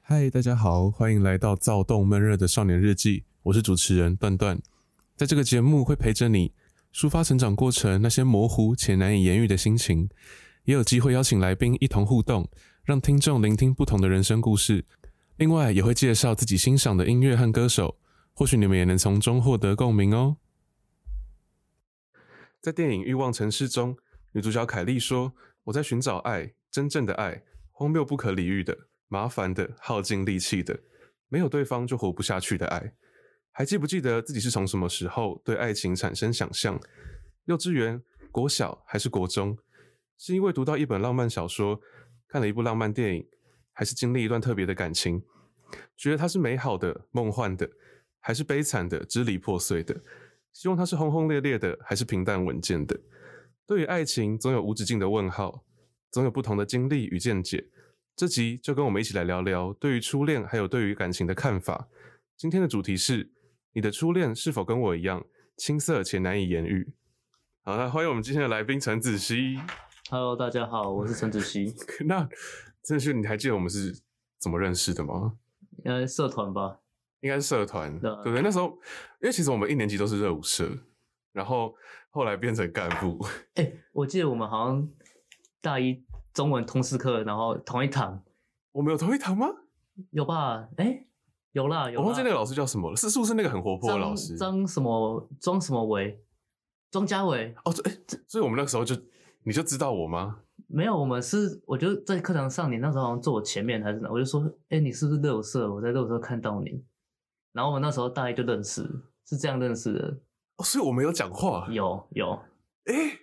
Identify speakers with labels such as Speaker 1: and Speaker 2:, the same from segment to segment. Speaker 1: 嗨，大家好，欢迎来到躁动闷热的少年日记，我是主持人段段。在这个节目会陪着你抒发成长过程那些模糊且难以言喻的心情，也有机会邀请来宾一同互动，让听众聆听不同的人生故事。另外，也会介绍自己欣赏的音乐和歌手，或许你们也能从中获得共鸣哦。在电影《欲望城市》中，女主角凯莉说：“我在寻找爱，真正的爱，荒谬不可理喻的。”麻烦的、耗尽力气的、没有对方就活不下去的爱，还记不记得自己是从什么时候对爱情产生想象？幼稚园、国小还是国中？是因为读到一本浪漫小说，看了一部浪漫电影，还是经历一段特别的感情？觉得它是美好的、梦幻的，还是悲惨的、支离破碎的？希望它是轰轰烈烈的，还是平淡稳健的？对于爱情，总有无止境的问号，总有不同的经历与见解。这集就跟我们一起来聊聊对于初恋还有对于感情的看法。今天的主题是：你的初恋是否跟我一样青涩且难以言喻？好，那欢迎我们今天的来宾陈子熙。
Speaker 2: Hello，大家好，我是陈子熙。
Speaker 1: 那郑旭，你还记得我们是怎么认识的吗？
Speaker 2: 应该呃社团吧？
Speaker 1: 应该是社团，
Speaker 2: 对
Speaker 1: 对不对？那时候，因为其实我们一年级都是热舞社，然后后来变成干部。
Speaker 2: 哎、我记得我们好像大一中文通识课，然后同一堂
Speaker 1: 我们有同一堂吗？
Speaker 2: 有吧？哎、有啦，有
Speaker 1: 我
Speaker 2: 啊啦。
Speaker 1: 忘记那个老师叫什么了，是是不是那个很活泼的老师？
Speaker 2: 张张什么庄什么伟，庄家伟
Speaker 1: 哦，所以所以我们那个时候就你就知道我吗？
Speaker 2: 没有，我们是我就在课堂上，你那时候好像坐我前面还是哪，我就说，哎、你是不是热舞社？我在热舞社看到你，然后我们那时候大一就认识，是这样认识的，
Speaker 1: 哦，所以我没有讲话。
Speaker 2: 有有，
Speaker 1: 哎、欸，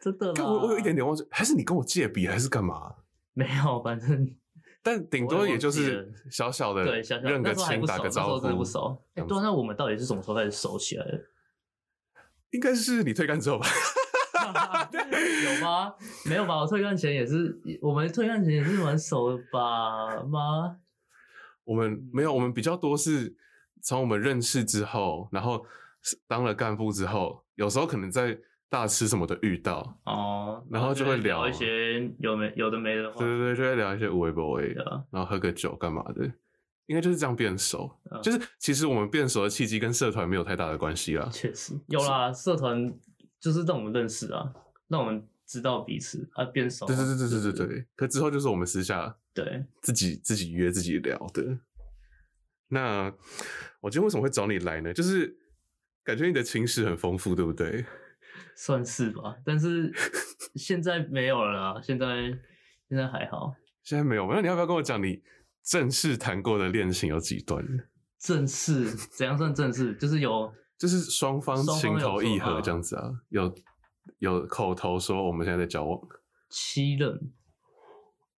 Speaker 2: 真的啦，
Speaker 1: 干我我有一点点忘记，还是你跟我借笔还是干嘛？
Speaker 2: 没有，反正
Speaker 1: 但顶
Speaker 2: 我
Speaker 1: 多
Speaker 2: 也
Speaker 1: 也就
Speaker 2: 忘记
Speaker 1: 是
Speaker 2: 了
Speaker 1: 小小的
Speaker 2: 对，想想
Speaker 1: 认
Speaker 2: 那
Speaker 1: 个
Speaker 2: 时候还
Speaker 1: 亲
Speaker 2: 不熟，
Speaker 1: 打个
Speaker 2: 那时
Speaker 1: 招
Speaker 2: 候真的
Speaker 1: 呼
Speaker 2: 不，熟。
Speaker 1: 这
Speaker 2: 哎、
Speaker 1: 样
Speaker 2: 对啊、那我们到底是什么时候开始熟起来 的？
Speaker 1: 应该是你退干之后吧？
Speaker 2: 有吗？没有吧？我退干前也是，我们退干前也是蛮熟的吧？吗？
Speaker 1: 我们没有，我们比较多是从我们认识之后，然后是当了干部之后，有时候可能在大吃什么的遇到，
Speaker 2: 哦，
Speaker 1: 然后就会聊
Speaker 2: 一些有没有的没的话
Speaker 1: 对。对对，就会聊一些无为不为，
Speaker 2: 对啊，
Speaker 1: 然后喝个酒干嘛的，应该就是这样变熟。
Speaker 2: 嗯
Speaker 1: 就是其实我们变熟的契机跟社团没有太大的关系啦。
Speaker 2: 确实有啦。社团就是让我们认识啊，让我们知道彼此啊，变熟啊。
Speaker 1: 对对对对对
Speaker 2: 就是
Speaker 1: 对对，可之后就是我们私下
Speaker 2: 对，
Speaker 1: 自己自己约自己聊的。那我今天为什么会找你来呢？就是感觉你的情史很丰富，对不对？
Speaker 2: 算是吧。但是现在没有了啦，现在现在还好。
Speaker 1: 现在没有，那你要不要跟我讲你正式谈过的恋情有几段？
Speaker 2: 正式怎样算正式？就是有
Speaker 1: 就是双方
Speaker 2: 双方
Speaker 1: 情
Speaker 2: 有
Speaker 1: 投
Speaker 2: 说
Speaker 1: 意合
Speaker 2: 啊
Speaker 1: 这样子啊，有有口头说我们现在在交往，
Speaker 2: 七任，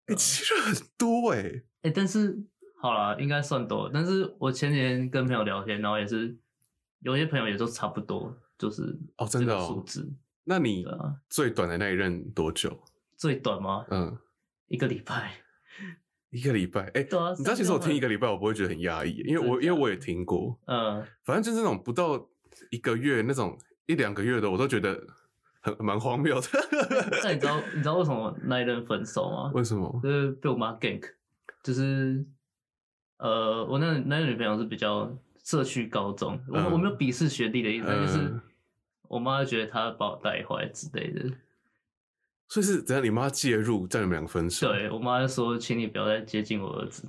Speaker 2: 啊
Speaker 1: 欸、其实很多哎、
Speaker 2: 哎、但是好啦，应该算多。但是我前几天跟朋友聊天，然后也是有些朋友也都差不多，就是
Speaker 1: 哦真的
Speaker 2: 这个
Speaker 1: 哦
Speaker 2: 数字
Speaker 1: 那你
Speaker 2: 对啊
Speaker 1: 最短的那一任多久？
Speaker 2: 最短吗？
Speaker 1: 嗯，
Speaker 2: 一个礼拜。
Speaker 1: 一个礼拜。哎、
Speaker 2: 对啊，
Speaker 1: 你知道，其实我听一个礼拜，我不会觉得很压抑，因为我
Speaker 2: 真的假的
Speaker 1: 因为我也听过，
Speaker 2: 嗯，
Speaker 1: 反正就是那种不到一个月那种一两个月的，我都觉得很蛮荒谬的。
Speaker 2: 那你知道你知道为什么那一任分手 吗？
Speaker 1: 为什么？
Speaker 2: 就是被我妈 gank，就是呃，我那那个女朋友是比较社区高中，我、
Speaker 1: 嗯
Speaker 2: 我没有鄙视学弟的意思，但就是
Speaker 1: 嗯
Speaker 2: 我妈觉得她把我带坏之类的，
Speaker 1: 所以是怎样？你妈介入，叫你们俩分手？
Speaker 2: 对。我妈就说，请你不要再接近我儿子。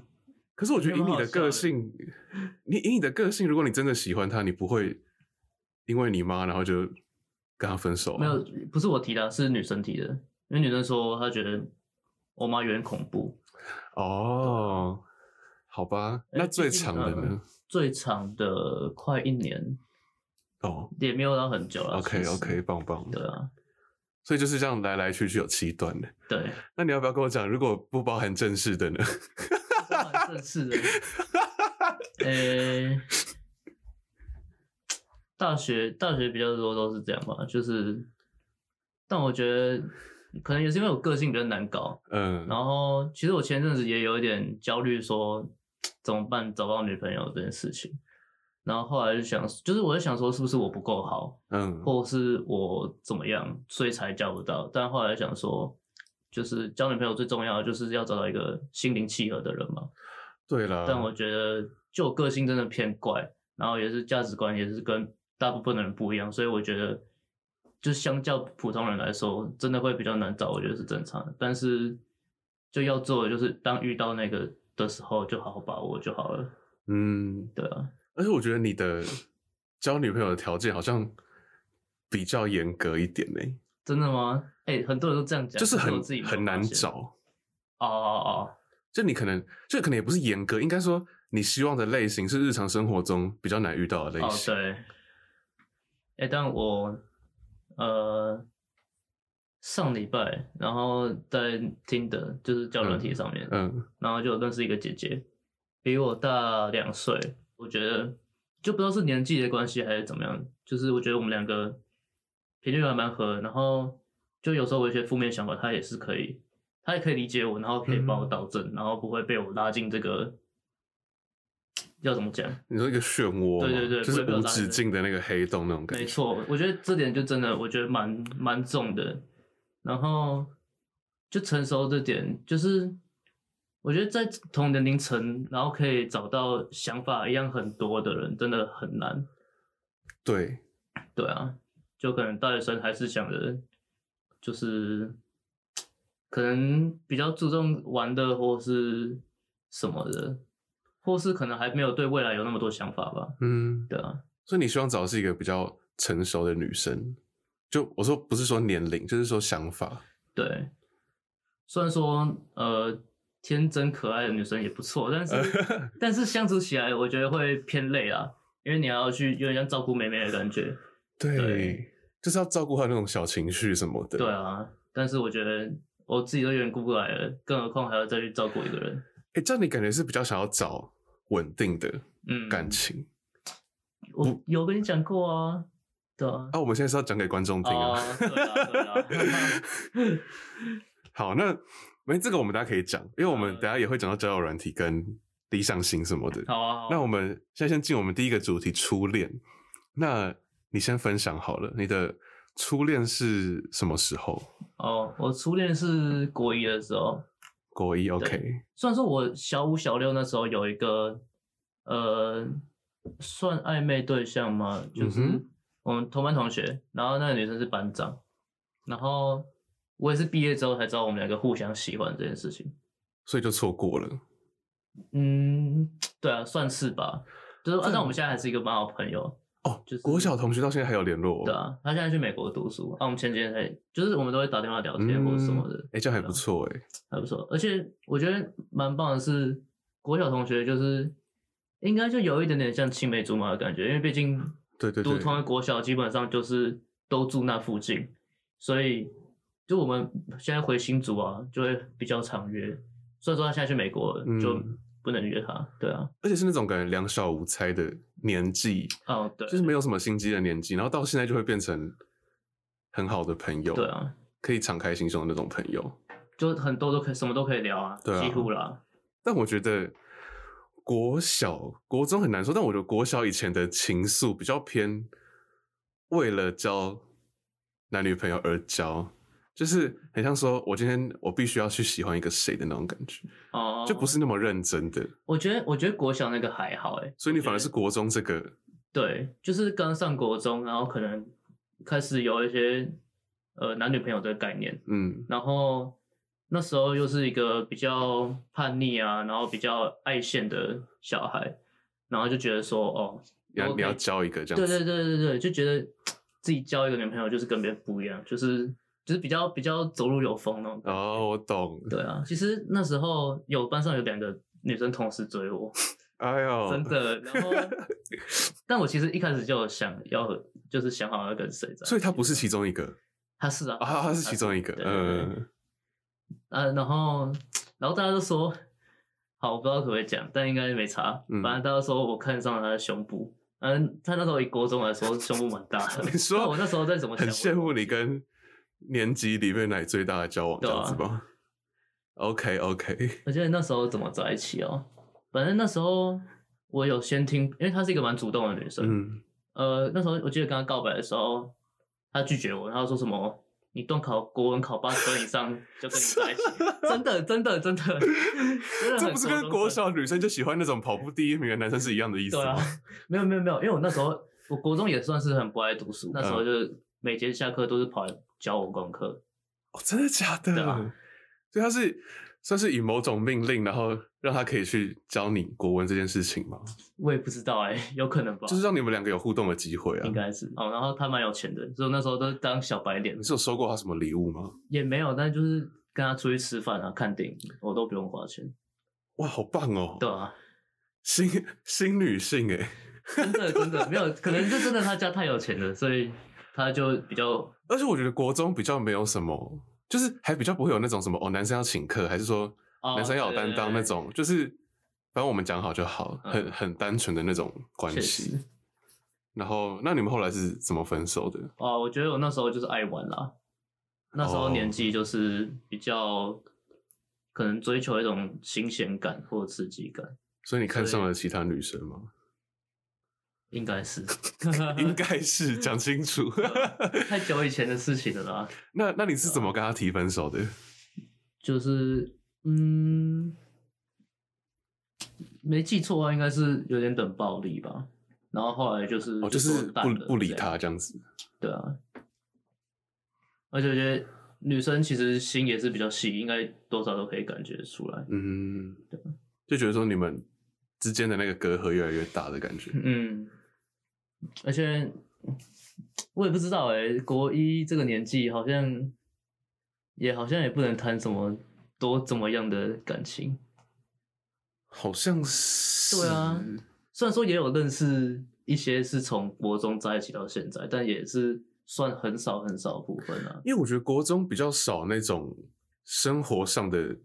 Speaker 1: 可是我觉得以
Speaker 2: 蛮
Speaker 1: 你
Speaker 2: 好
Speaker 1: 的
Speaker 2: 笑的欸
Speaker 1: 个性，你以你的个性，如果你真的喜欢他，你不会因为你妈然后就跟他分手啊。
Speaker 2: 没有，不是我提的啊，是女生提的。因为女生说她觉得我妈有点恐怖。
Speaker 1: 哦，好吧。
Speaker 2: 哎
Speaker 1: 那最
Speaker 2: 毕竟
Speaker 1: 长的呢
Speaker 2: 嗯？最长的快一年，
Speaker 1: 哦
Speaker 2: 也没有到很久了。
Speaker 1: ，OK
Speaker 2: 其实
Speaker 1: OK，棒棒
Speaker 2: 对
Speaker 1: 的。
Speaker 2: 啊，
Speaker 1: 所以就是这样来来去去有七段的。
Speaker 2: 对，
Speaker 1: 那你要不要跟我讲，如果不包含正式的呢？
Speaker 2: 都蛮正式 的。呃、大学大学比较多都是这样吧，就是，但我觉得可能也是因为我个性比较难搞，
Speaker 1: 嗯，
Speaker 2: 然后其实我前阵子也有一点焦虑说，怎么办找不到女朋友这件事情。然后后来就想，就是我在想说，是不是我不够好，
Speaker 1: 嗯，
Speaker 2: 或是我怎么样，所以才交不到。但后来想说，就是交女朋友最重要的就是要找到一个心灵契合的人嘛。
Speaker 1: 对啦，
Speaker 2: 但我觉得就我个性真的偏怪，然后也是价值观也是跟大部分的人不一样，所以我觉得就相较普通人来说，真的会比较难找，我觉得是正常的。但是就要做的就是当遇到那个的时候，就好好把握就好了。
Speaker 1: 嗯，
Speaker 2: 对啊，
Speaker 1: 而且我觉得你的交女朋友的条件好像比较严格一点呢、
Speaker 2: 真的吗？哎、很多人都这样讲，
Speaker 1: 就是
Speaker 2: 可我
Speaker 1: 很
Speaker 2: 自己没有
Speaker 1: 很难
Speaker 2: 发现。
Speaker 1: 找。
Speaker 2: 哦哦
Speaker 1: 就你可能，这可能也不是严格，应该说你希望的类型是日常生活中比较难遇到的
Speaker 2: 哦
Speaker 1: 类
Speaker 2: 哦，
Speaker 1: 型。
Speaker 2: 对。哎、但我呃上礼拜，然后在听的就是交流体上面，
Speaker 1: 嗯
Speaker 2: 然后就认识一个姐姐，比我大两岁。我觉得就不知道是年纪的关系还是怎么样，就是我觉得我们两个频率还蛮合，然后就有时候我有一些负面想法，她也是可以，她也可以理解我，然后可以帮我
Speaker 1: 嗯
Speaker 2: 导正，然后不会被我拉进这个要怎么讲？
Speaker 1: 你说一个漩涡嘛，
Speaker 2: 对对对
Speaker 1: 就是无
Speaker 2: 不会被我拉
Speaker 1: 止
Speaker 2: 着
Speaker 1: 境的那个黑洞那种感
Speaker 2: 没
Speaker 1: 觉。
Speaker 2: 错，我觉得这点就真的，我觉得蛮蛮重的。然后就成熟这点，就是我觉得在同年龄层，然后可以找到想法一样很多的人，真的很难。
Speaker 1: 对，
Speaker 2: 对啊，就可能大学生还是想着，就是可能比较注重玩的或是什么的，或是可能还没有对未来有那么多想法吧。
Speaker 1: 嗯，
Speaker 2: 对啊，
Speaker 1: 所以你希望找的是一个比较成熟的女生。就我说不是说年龄，就是说想法。
Speaker 2: 对，虽然说呃天真可爱的女生也不错，但是
Speaker 1: 呃
Speaker 2: 但是相处起来我觉得会偏累啊，因为你还要去有点像照顾妹妹的感觉。
Speaker 1: 对，
Speaker 2: 对
Speaker 1: 就是要照顾她那种小情绪什么的。
Speaker 2: 对啊，但是我觉得我自己都有点顾不来了，更何况还要再去照顾一个人。
Speaker 1: 哎、这样你感觉是比较想要找稳定的
Speaker 2: 嗯，
Speaker 1: 感情、
Speaker 2: 我有跟你讲过啊，对啊。
Speaker 1: 啊？我们现在是要讲给观众听啊。
Speaker 2: 哦，对啊，对啊，
Speaker 1: 好，那没这个我们大家可以讲，因为我们
Speaker 2: 呃
Speaker 1: 等一下也会讲到交友软体跟理想型什么的。
Speaker 2: 好啊，好啊
Speaker 1: 那我们现在先进我们第一个主题——初恋。那你先分享好了，你的初恋是什么时候？
Speaker 2: 哦，我初恋是国一的时候，
Speaker 1: 国一，OK，
Speaker 2: 虽然说我小五小六那时候有一个呃算暧昧对象嘛，就
Speaker 1: 嗯
Speaker 2: 是我们同班同学，然后那个女生是班长，然后我也是毕业之后才知道我们两个互相喜欢这件事情。
Speaker 1: 所以就错过了。
Speaker 2: 嗯，对啊，算是吧。就是，啊
Speaker 1: 这
Speaker 2: 但我们现在还是一个蛮好朋友，
Speaker 1: 哦，
Speaker 2: 就是
Speaker 1: 国小同学到现在还有联络、哦，
Speaker 2: 对啊。他现在去美国读书，啊，我们前几天才，就是我们都会打电话聊天或者什么的，
Speaker 1: 哎、这样还
Speaker 2: 对啊
Speaker 1: 不错哎、
Speaker 2: 还不错。而且我觉得蛮棒的是，国小同学就是应该就有一点点像青梅竹马的感觉，因为毕竟
Speaker 1: 对对
Speaker 2: 读
Speaker 1: 对，
Speaker 2: 同一个国小，基本上就是都住那附近，所以就我们现在回新竹啊，就会比较常约。虽然说他现在去美国了，就
Speaker 1: 嗯
Speaker 2: 不能约他。对啊，
Speaker 1: 而且是那种感觉两小无猜的年纪，
Speaker 2: 哦对，
Speaker 1: 就是没有什么心机的年纪，然后到现在就会变成很好的朋友，
Speaker 2: 对，啊，
Speaker 1: 可以敞开心胸的那种朋友。
Speaker 2: 就很多都可以什么都可以聊啊，
Speaker 1: 对啊
Speaker 2: 几乎啦。
Speaker 1: 但我觉得国小、国中很难说，但我觉得国小以前的情愫比较偏为了交男女朋友而交，就是很像说我今天我必须要去喜欢一个谁的那种感觉，
Speaker 2: 哦，
Speaker 1: 就不是那么认真的。
Speaker 2: 我觉得我觉得国小那个还好哎、欸
Speaker 1: 所以你反而
Speaker 2: 我觉得
Speaker 1: 是国中这个，
Speaker 2: 对，就是刚上国中，然后可能开始有一些呃男女朋友的概念，
Speaker 1: 嗯，
Speaker 2: 然后那时候又是一个比较叛逆啊，然后比较爱现的小孩，然后就觉得说哦，
Speaker 1: 你要
Speaker 2: OK
Speaker 1: 你要交一个这样
Speaker 2: 对
Speaker 1: 子，
Speaker 2: 对对对对，就觉得自己交一个女朋友就是跟别人不一样，就是就是比较比较走路有风那种。
Speaker 1: 哦，我懂，
Speaker 2: 对啊，其实那时候有班上有两个女生同时追我，
Speaker 1: 哎呦，
Speaker 2: 真的。然后，但我其实一开始就有想要，就是想好要跟谁在一起。
Speaker 1: 所以他不是其中一个
Speaker 2: 他 是啊，
Speaker 1: 啊，他他是其中一个，
Speaker 2: 对对对
Speaker 1: 嗯，
Speaker 2: 呃，然后，然后大家都说，好，我不知道可不可以讲，但应该没差。
Speaker 1: 嗯
Speaker 2: 反正大家说我看上了他的胸部，嗯，他那时候以国中来说，胸部蛮大的。
Speaker 1: 你说
Speaker 2: 但我那时候在怎么想？
Speaker 1: 很羡慕你跟年级里面奶最大的交往这
Speaker 2: 对啊
Speaker 1: 样子吧。OK OK，
Speaker 2: 我记得那时候怎么在一起哦，反正那时候我有先听，因为她是一个蛮主动的女生，
Speaker 1: 嗯，
Speaker 2: 呃，那时候我记得跟他告白的时候，他拒绝我，他说什么你段考国文考八十分以上就跟你在 一起，真的真的真的，真的
Speaker 1: 这
Speaker 2: 很
Speaker 1: 不是
Speaker 2: 国
Speaker 1: 跟
Speaker 2: 中
Speaker 1: 国
Speaker 2: 生
Speaker 1: 小女生就喜欢那种跑步第一名的男生是一样的意思
Speaker 2: 对啊
Speaker 1: 吗？，
Speaker 2: 没有没有没有，因为我那时候我国中也算是很不爱读书，那时候就是每节下课都是跑来教我功课，
Speaker 1: 哦，真的假的？
Speaker 2: 对啊
Speaker 1: 所以他是算是以某种命令，然后让他可以去教你国文这件事情吗？
Speaker 2: 我也不知道哎、有可能吧，
Speaker 1: 就是让你们两个有互动的机会啊
Speaker 2: 应。该是哦。然后他蛮有钱的，所以我那时候都当小白脸
Speaker 1: 你，是有收过他什么礼物吗？
Speaker 2: 也没有，但就是跟他出去吃饭啊、看电影，我都不用花钱。
Speaker 1: 哇，好棒哦！
Speaker 2: 对啊，
Speaker 1: 新新女性哎、
Speaker 2: 真的真的没有，可能就真的他家太有钱了，所以他就比较
Speaker 1: 而且我觉得国中比较没有什么，就是还比较不会有那种什么哦，男生要请客，还是说
Speaker 2: 哦
Speaker 1: 男生要有担当那
Speaker 2: 对对对
Speaker 1: 种，就是反正我们讲好就好，
Speaker 2: 嗯
Speaker 1: 很很单纯的那种关
Speaker 2: 确
Speaker 1: 系。
Speaker 2: 实
Speaker 1: 然后，那你们后来是怎么分手的？
Speaker 2: 哦，我觉得我那时候就是爱玩啦，那时候
Speaker 1: 哦
Speaker 2: 年纪就是比较可能追求一种新鲜感或刺激感，
Speaker 1: 所以你看
Speaker 2: 所以
Speaker 1: 上了其他女生 吗？
Speaker 2: 应 该是
Speaker 1: 应该是讲清 楚。
Speaker 2: 太久以前的事情了啦。
Speaker 1: 那那你是怎么跟他提分手的？
Speaker 2: 嗯就是嗯，没记错啊，应该是有点冷暴力吧。然后后来就是
Speaker 1: 哦，就是
Speaker 2: 说淡
Speaker 1: 不
Speaker 2: 了
Speaker 1: 不理
Speaker 2: 这样
Speaker 1: 他这样子。
Speaker 2: 对啊，而且我觉得女生其实心也是比较细，应该多少都可以感觉出来。
Speaker 1: 嗯，就觉得说你们之间的那个隔阂越来越大的感觉。
Speaker 2: 嗯，而且我也不知道哎、国一这个年纪好像也好像也不能谈什么多怎么样的感情，
Speaker 1: 好像是。
Speaker 2: 对啊虽然说也有认识一些是从国中在一起到现在，但也是算很少很少部分啊。
Speaker 1: 因为我觉得国中比较少那种生活上的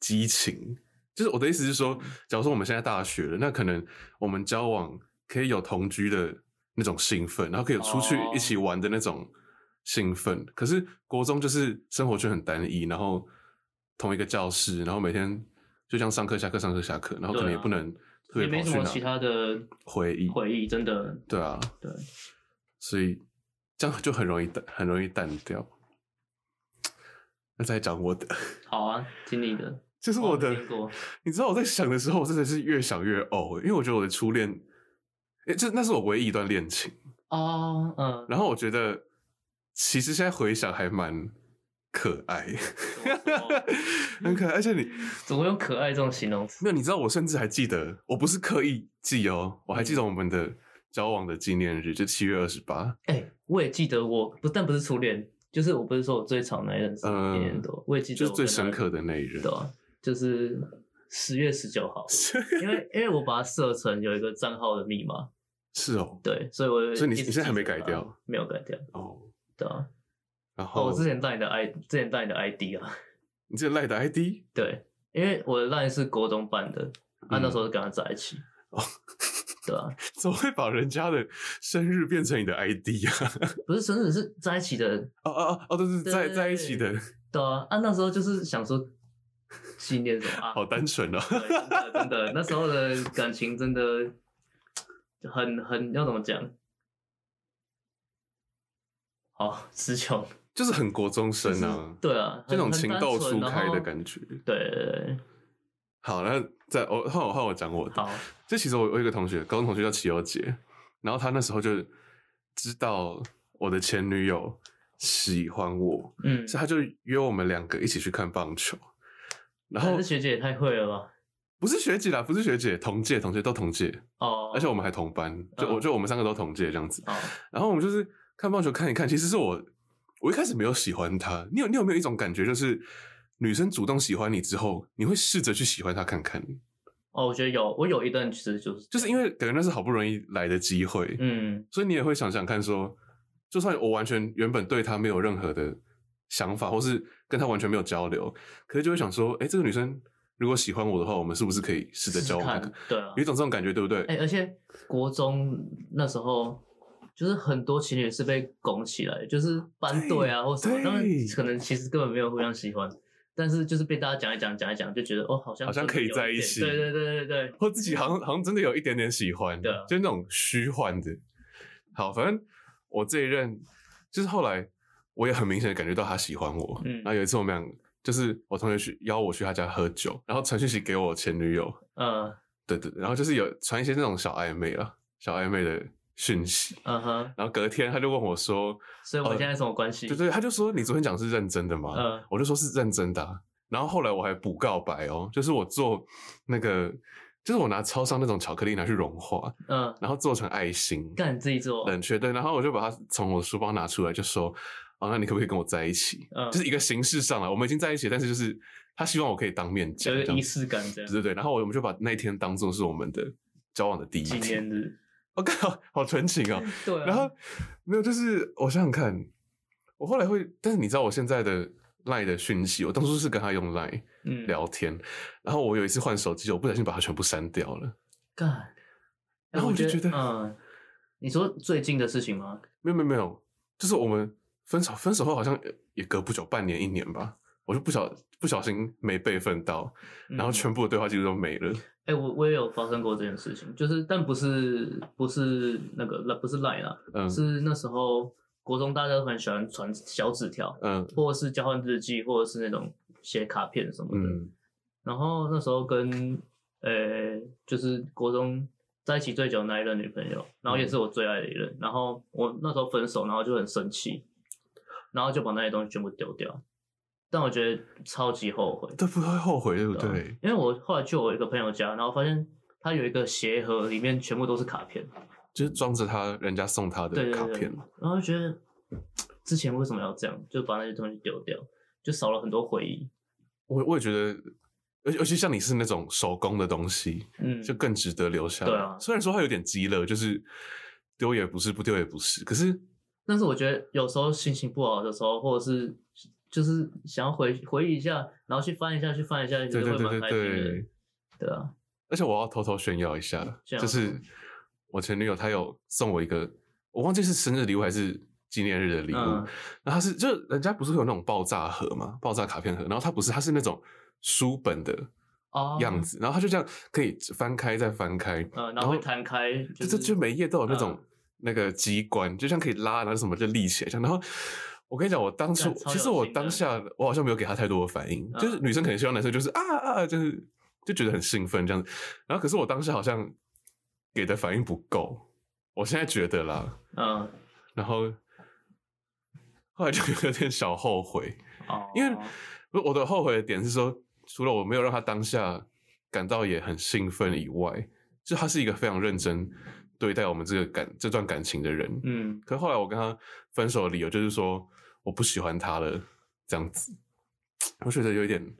Speaker 1: 激情，就是我的意思是
Speaker 2: 嗯
Speaker 1: 说，假如说我们现在大学了，那可能我们交往可以有同居的那种兴奋，然后可以有出去
Speaker 2: 哦
Speaker 1: 一起玩的那种兴奋。可是国中就是生活圈很单一，然后同一个教室，然后每天就像上课下课上课下课，然后可能
Speaker 2: 对啊
Speaker 1: 也不能特别
Speaker 2: 也没
Speaker 1: 跑
Speaker 2: 什
Speaker 1: 去
Speaker 2: 么
Speaker 1: 哪
Speaker 2: 其他哦的
Speaker 1: 回忆，
Speaker 2: 回忆，真的
Speaker 1: 对啊，
Speaker 2: 对，
Speaker 1: 所以这样就很容易淡，很容易淡掉。那再讲我的，
Speaker 2: 好啊，听哦你的，
Speaker 1: 就是我的
Speaker 2: 没，听过
Speaker 1: 你知道我在想的时候，我真的是越想越呕，因为我觉得我的初恋，诶、这那是我唯一一段恋情。
Speaker 2: 哦，嗯，
Speaker 1: 然后我觉得，其实现在回想还蛮可爱，
Speaker 2: 怎么说
Speaker 1: 很可爱。而且你
Speaker 2: 怎么用可爱这种形容词？
Speaker 1: 没有，你知道我甚至还记得，我不是刻意记哦，我还记得我们的交往的纪念日，就七月二十八。
Speaker 2: 哎、我也记得我不但不是初恋，就是我不是说我最长那一任是
Speaker 1: 嗯
Speaker 2: 一年多，我也记得
Speaker 1: 就
Speaker 2: 我
Speaker 1: 是最
Speaker 2: 跟他
Speaker 1: 深刻的那一任
Speaker 2: 对，啊、就是十月十九号，因为因为我把它设成有一个账号的密码，
Speaker 1: 是哦，
Speaker 2: 对，所以我
Speaker 1: 所以你
Speaker 2: 一直
Speaker 1: 你现在还
Speaker 2: 记
Speaker 1: 没
Speaker 2: 得
Speaker 1: 改
Speaker 2: 它
Speaker 1: 掉？
Speaker 2: 没有改掉，
Speaker 1: 哦，
Speaker 2: 对啊，
Speaker 1: 然
Speaker 2: 哦，
Speaker 1: 后
Speaker 2: 我之前带你的 i 之前带你的 ID 啊，
Speaker 1: 你这赖的 ID
Speaker 2: 对，因为我的 line 是国中办的，啊，那时候是跟他在一起，
Speaker 1: 嗯哦
Speaker 2: 对啊，
Speaker 1: 怎么会把人家的生日变成你的 ID 啊？
Speaker 2: 不是生日是在一起的
Speaker 1: 哦哦哦哦，都是在
Speaker 2: 对
Speaker 1: 在一起的，
Speaker 2: 对啊，啊那时候就是想说纪念什么啊，
Speaker 1: 好单纯哦。
Speaker 2: 对真的真的，那时候的感情真的很很要怎么讲？好词穷，
Speaker 1: 就是很国中生
Speaker 2: 就是
Speaker 1: 啊，
Speaker 2: 对啊，
Speaker 1: 这种情窦初开的
Speaker 2: 觉。
Speaker 1: 感觉。
Speaker 2: 对对对，
Speaker 1: 好，那再我换我换我讲我的。
Speaker 2: 好，
Speaker 1: 这其实我我有一个同学，高中同学叫齐友杰，然后他那时候就知道我的前女友喜欢我，
Speaker 2: 嗯，
Speaker 1: 所以他就约我们两个一起去看棒球。然后
Speaker 2: 这学姐也太会了吧？
Speaker 1: 不是学姐啦，不是学姐，同届同届都同届，
Speaker 2: 哦，
Speaker 1: 而且我们还同班，就我
Speaker 2: 嗯
Speaker 1: 就我们三个都同届这样子。
Speaker 2: 哦，
Speaker 1: 然后我们就是看棒球看一看，其实是我我一开始没有喜欢他，你有你有没有一种感觉，就是女生主动喜欢你之后，你会试着去喜欢她看看，
Speaker 2: 哦，我觉得有，我有一段其实就是
Speaker 1: 就是因为感觉那是好不容易来的机会，
Speaker 2: 嗯
Speaker 1: 所以你也会想想看说，就算我完全原本对她没有任何的想法，或是跟她完全没有交流，可是就会想说，哎，这个女生如果喜欢我的话，我们是不是可以试着
Speaker 2: 试试
Speaker 1: 交往看
Speaker 2: 看
Speaker 1: 看？，
Speaker 2: 对啊
Speaker 1: 有一，种这种感觉，对不对？
Speaker 2: 哎、而且国中那时候，就是很多情侣是被拱起来，就是班队啊或什么，
Speaker 1: 对
Speaker 2: 他们可能其实根本没有互相喜欢，但是就是被大家讲一讲讲一讲，就觉得哦，好像
Speaker 1: 好像可以
Speaker 2: 真的有
Speaker 1: 在一
Speaker 2: 点
Speaker 1: 起
Speaker 2: 对对对对对，
Speaker 1: 或自己好像好像真的有一点点喜欢，
Speaker 2: 对啊
Speaker 1: 就是那种虚幻的。好，反正我这一任就是后来我也很明显的感觉到他喜欢我。
Speaker 2: 嗯
Speaker 1: 然后有一次我们俩就是我同学去邀我去他家喝酒，然后传讯息给我前女友，
Speaker 2: 嗯
Speaker 1: 对对，对然后就是有传一些那种小暧昧啦，小暧昧的讯息。
Speaker 2: 嗯哼，
Speaker 1: 然后隔天他就问我说
Speaker 2: 所以我们
Speaker 1: 呃
Speaker 2: 现在什么关：“系？
Speaker 1: 对对，他就说你昨天讲是认真的吗？”
Speaker 2: 嗯
Speaker 1: 我就说是认真的啊、然后后来我还补告白哦，就是我做那个，就是我拿超商那种巧克力拿去融化，
Speaker 2: 嗯，
Speaker 1: 然后做成爱心，
Speaker 2: 干你自己做，
Speaker 1: 冷却对，然后我就把它从我的书包拿出来，就说：“哦，那你可不可以跟我在一起？”
Speaker 2: 嗯
Speaker 1: 就是一个形式上来，我们已经在一起，但是就是他希望我可以当面讲，
Speaker 2: 有一
Speaker 1: 这
Speaker 2: 个
Speaker 1: 样
Speaker 2: 仪
Speaker 1: 子
Speaker 2: 式感这
Speaker 1: 对
Speaker 2: 样。
Speaker 1: 对对。然后我们就把那一天当做是我们的交往的第一
Speaker 2: 纪
Speaker 1: 天。
Speaker 2: 念日，
Speaker 1: 我靠，好纯情哦！
Speaker 2: 对啊。
Speaker 1: 然后没有，就是我想想看，我后来会，但是你知道我现在的 Line 的讯息，我当初是跟他用 Line
Speaker 2: 嗯，
Speaker 1: 聊天，然后我有一次换手机，我不小心把它全部删掉了。
Speaker 2: 干，
Speaker 1: 然后我就觉得
Speaker 2: 嗯，你说最近的事情吗？
Speaker 1: 没有没有没有，就是我们分手分手后好像也隔不久，半年一年吧，我就不小不小心没备份到，然后
Speaker 2: 嗯
Speaker 1: 全部的对话记录都没了。
Speaker 2: 哎、我我也有发生过这件事情，就是但不是不是那个那不是 Line 啊，
Speaker 1: 嗯
Speaker 2: 是那时候国中大家都很喜欢传小纸条，
Speaker 1: 嗯
Speaker 2: 或者是交换日记，或者是那种写卡片什么的。
Speaker 1: 嗯
Speaker 2: 然后那时候跟呃、就是国中在一起最久的那一任女朋友，然后
Speaker 1: 嗯
Speaker 2: 也是我最爱的一任。然后我那时候分手，然后就很生气，然后就把那些东西全部丢掉。但我觉得超级后悔，
Speaker 1: 都不会后悔，对不
Speaker 2: 对啊
Speaker 1: 对？
Speaker 2: 因为我后来去我一个朋友家，然后发现他有一个鞋盒，里面全部都是卡片，
Speaker 1: 就是装着他人家送他
Speaker 2: 对
Speaker 1: 的
Speaker 2: 对
Speaker 1: 卡
Speaker 2: 对
Speaker 1: 片，
Speaker 2: 然后就觉得之前为什么要这样，就把那些东西丢掉，就少了很多回忆。
Speaker 1: 我我也觉得，而且而且像你是那种手工的东西，
Speaker 2: 嗯，
Speaker 1: 就更值得留下来。
Speaker 2: 对啊
Speaker 1: 虽然说它有点鸡肋，就是丢也不是，不丢也不是，可是
Speaker 2: 但是我觉得有时候心情不好的时候，或者是就是想要回回忆一下，然后去翻一下，去翻一下，觉
Speaker 1: 对
Speaker 2: 得
Speaker 1: 对
Speaker 2: 会
Speaker 1: 对
Speaker 2: 蛮
Speaker 1: 对
Speaker 2: 开心的
Speaker 1: 对。。
Speaker 2: 对啊，
Speaker 1: 而且我要偷偷炫耀一下，
Speaker 2: 嗯这样
Speaker 1: 就是我前女友她有送我一个，我忘记是生日礼物还是纪念日的礼物。
Speaker 2: 嗯
Speaker 1: 然后她是，就人家不是会有那种爆炸盒嘛，爆炸卡片盒，然后她不是，她是那种书本的
Speaker 2: 哦，
Speaker 1: 样，子，然后她就这样可以翻开再翻开，
Speaker 2: 嗯，然后会弹开，
Speaker 1: 就是就就每一页都有那种、
Speaker 2: 嗯
Speaker 1: 那个机关，就像可以拉，然后什么就立起来这样。然后我跟你讲，我当初
Speaker 2: 干超有
Speaker 1: 其实我
Speaker 2: 型的
Speaker 1: 当下我好像没有给他太多的反应，
Speaker 2: 嗯
Speaker 1: 就是女生可能希望男生就是啊啊，啊就是就觉得很兴奋这样子。然后可是我当时好像给的反应不够，我现在觉得啦，
Speaker 2: 嗯，
Speaker 1: 然后后来就 有点小后悔，
Speaker 2: 哦，
Speaker 1: 因为我我的后悔的点是说，除了我没有让他当下感到也很兴奋以外，就他是一个非常认真对待我们这个感这段感情的人。
Speaker 2: 嗯，
Speaker 1: 可后来我跟他分手的理由就是说我不喜欢他了，这样子，我觉得有一点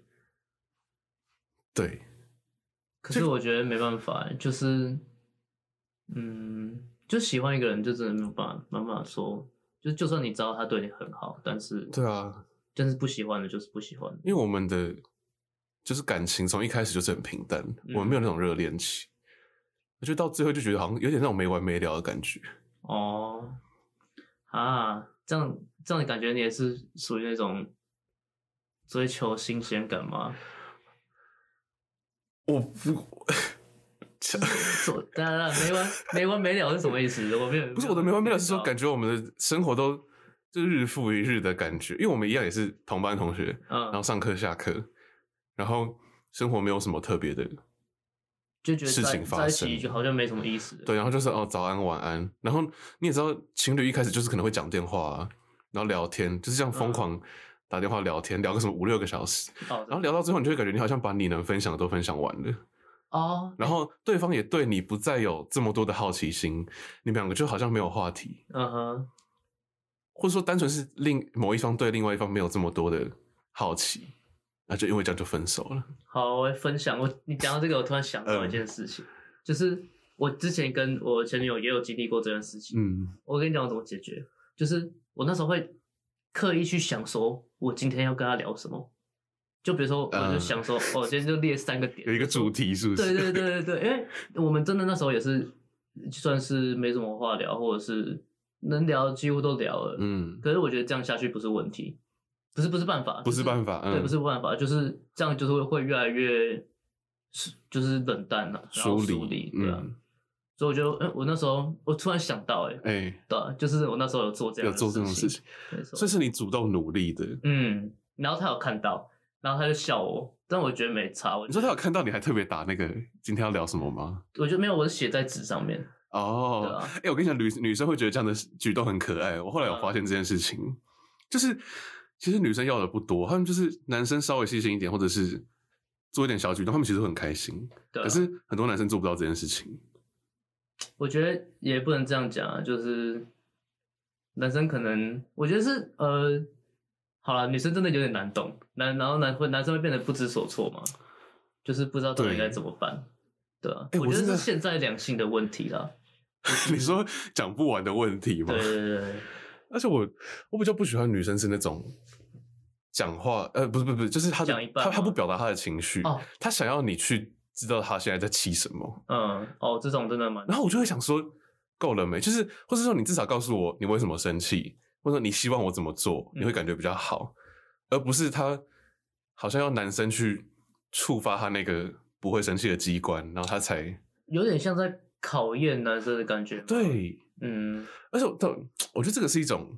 Speaker 1: 对，
Speaker 2: 可是我觉得没办法，欸就是嗯，就喜欢一个人，就真的没有办法，没有办法说，就就算你知道他对你很好，但是
Speaker 1: 对啊，
Speaker 2: 但是不喜欢的就是不喜欢的，
Speaker 1: 因为我们的就是感情从一开始就是很平淡，
Speaker 2: 嗯
Speaker 1: 我们没有那种热恋期，我觉得到最后就觉得好像有点那种没完没了的感觉。
Speaker 2: 哦，啊，这样这样感觉你也是属于那种追求新鲜感吗？
Speaker 1: 我不。
Speaker 2: 说，当然了，没完没完没了是什么意思？我没有，
Speaker 1: 不是我的没完没了，是说
Speaker 2: 到
Speaker 1: 感觉我们的生活都就是日复一日的感觉，因为我们一样也是同班同学，然后
Speaker 2: 嗯，
Speaker 1: 上课下课，然后生活没有什么特别的，
Speaker 2: 就觉得
Speaker 1: 事
Speaker 2: 在
Speaker 1: 情发
Speaker 2: 在一
Speaker 1: 生
Speaker 2: 起就好像没什么意思。
Speaker 1: 对，然后就是哦早安晚安，然后你也知道情侣一开始就是可能会讲电话啊，然后聊天，就是这样疯
Speaker 2: 嗯
Speaker 1: 狂打电话聊天，聊个什么五六个小时，
Speaker 2: 哦，
Speaker 1: 然后聊到最后，你就会感觉你好像把你能分享的都分享完
Speaker 2: 嗯
Speaker 1: 了。
Speaker 2: 哦，
Speaker 1: 然后对方也对你不再有这么多的好奇心，你们两个就好像没有话题，
Speaker 2: 嗯哼，
Speaker 1: 或者说单纯是另某一方对另外一方没有这么多的好奇，那就因为这样就分手了。
Speaker 2: 好，我分享我你讲到这个，我突然想到一
Speaker 1: 嗯
Speaker 2: 件事情，就是我之前跟我前女友也有经历过这件事情。
Speaker 1: 嗯
Speaker 2: 我跟你讲我怎么解决，就是我那时候会刻意去想说，我今天要跟他聊什么。就比如说，我就
Speaker 1: 嗯
Speaker 2: 想说，我、哦、今天就列三个点，
Speaker 1: 有一个
Speaker 2: 就说
Speaker 1: 主。题是不是？
Speaker 2: 对对对对对，因为我们真的那时候也是算是没什么话聊，或者是能聊几乎都聊了。
Speaker 1: 嗯，
Speaker 2: 可是我觉得这样下去不是问题，不是不是办法，
Speaker 1: 不是
Speaker 2: 就是
Speaker 1: 办法，嗯，
Speaker 2: 对，不是办法，就是这样，就是会会越来越是就是冷淡了、然后
Speaker 1: 疏
Speaker 2: 疏
Speaker 1: 离
Speaker 2: 对啊。
Speaker 1: 嗯
Speaker 2: 所以我就，嗯，我那时候我突然想到、欸，哎，
Speaker 1: 哎、
Speaker 2: 对啊、就是我那时候有做这样
Speaker 1: 有
Speaker 2: 的
Speaker 1: 做这种事
Speaker 2: 啊事
Speaker 1: 情，，
Speaker 2: 没错
Speaker 1: 所以是你主动努力的。
Speaker 2: 嗯，然后他有看到，然后他就笑我，但我觉得没差，我
Speaker 1: 你
Speaker 2: 觉
Speaker 1: 说
Speaker 2: 得
Speaker 1: 他有看到你还特别打那个今天要聊什么吗？
Speaker 2: 我觉得没有，我是写在纸上面，对
Speaker 1: 哦，
Speaker 2: 啊，
Speaker 1: 哎、我跟你讲，女女生会觉得这样的举动很可爱。哦我后来有
Speaker 2: 嗯
Speaker 1: 发现这件事情，就是其实女生要的不多，他们就是男生稍微细心一点，或者是做一点小举动，他们其实会很开心。
Speaker 2: 对啊
Speaker 1: 可是很多男生做不到这件事情。
Speaker 2: 我觉得也不能这样讲啊，就是男生可能，我觉得是呃，好了，女生真的有点难懂，男然后男会男生会变得不知所措嘛，就是不知道到底
Speaker 1: 对
Speaker 2: 该怎么办，对啊，
Speaker 1: 哎
Speaker 2: 我
Speaker 1: 我
Speaker 2: 觉得
Speaker 1: 真的
Speaker 2: 是现在两性的问题 啦，
Speaker 1: 你说讲不完的问题吗
Speaker 2: 对？对对对，
Speaker 1: 而且我我比较不喜欢女生是那种讲话，呃，不是不是不是，就是她的
Speaker 2: 讲一半
Speaker 1: 她她
Speaker 2: 吗
Speaker 1: 不表达她的情绪，
Speaker 2: 哦
Speaker 1: 她想要你去知道她现在在气什么，
Speaker 2: 嗯，哦，这种真的蛮，
Speaker 1: 然后我就会想说够了没？就是或者说你至少告诉我你为什么生气，或者说你希望我怎么做，你
Speaker 2: 嗯
Speaker 1: 会感觉比较好，而不是她好像要男生去触发她那个不会生气的机关，然后她
Speaker 2: 嗯
Speaker 1: 才
Speaker 2: 有点像在考验男生的感觉，，
Speaker 1: 对。
Speaker 2: 嗯，
Speaker 1: 而且我但我觉得这个是一种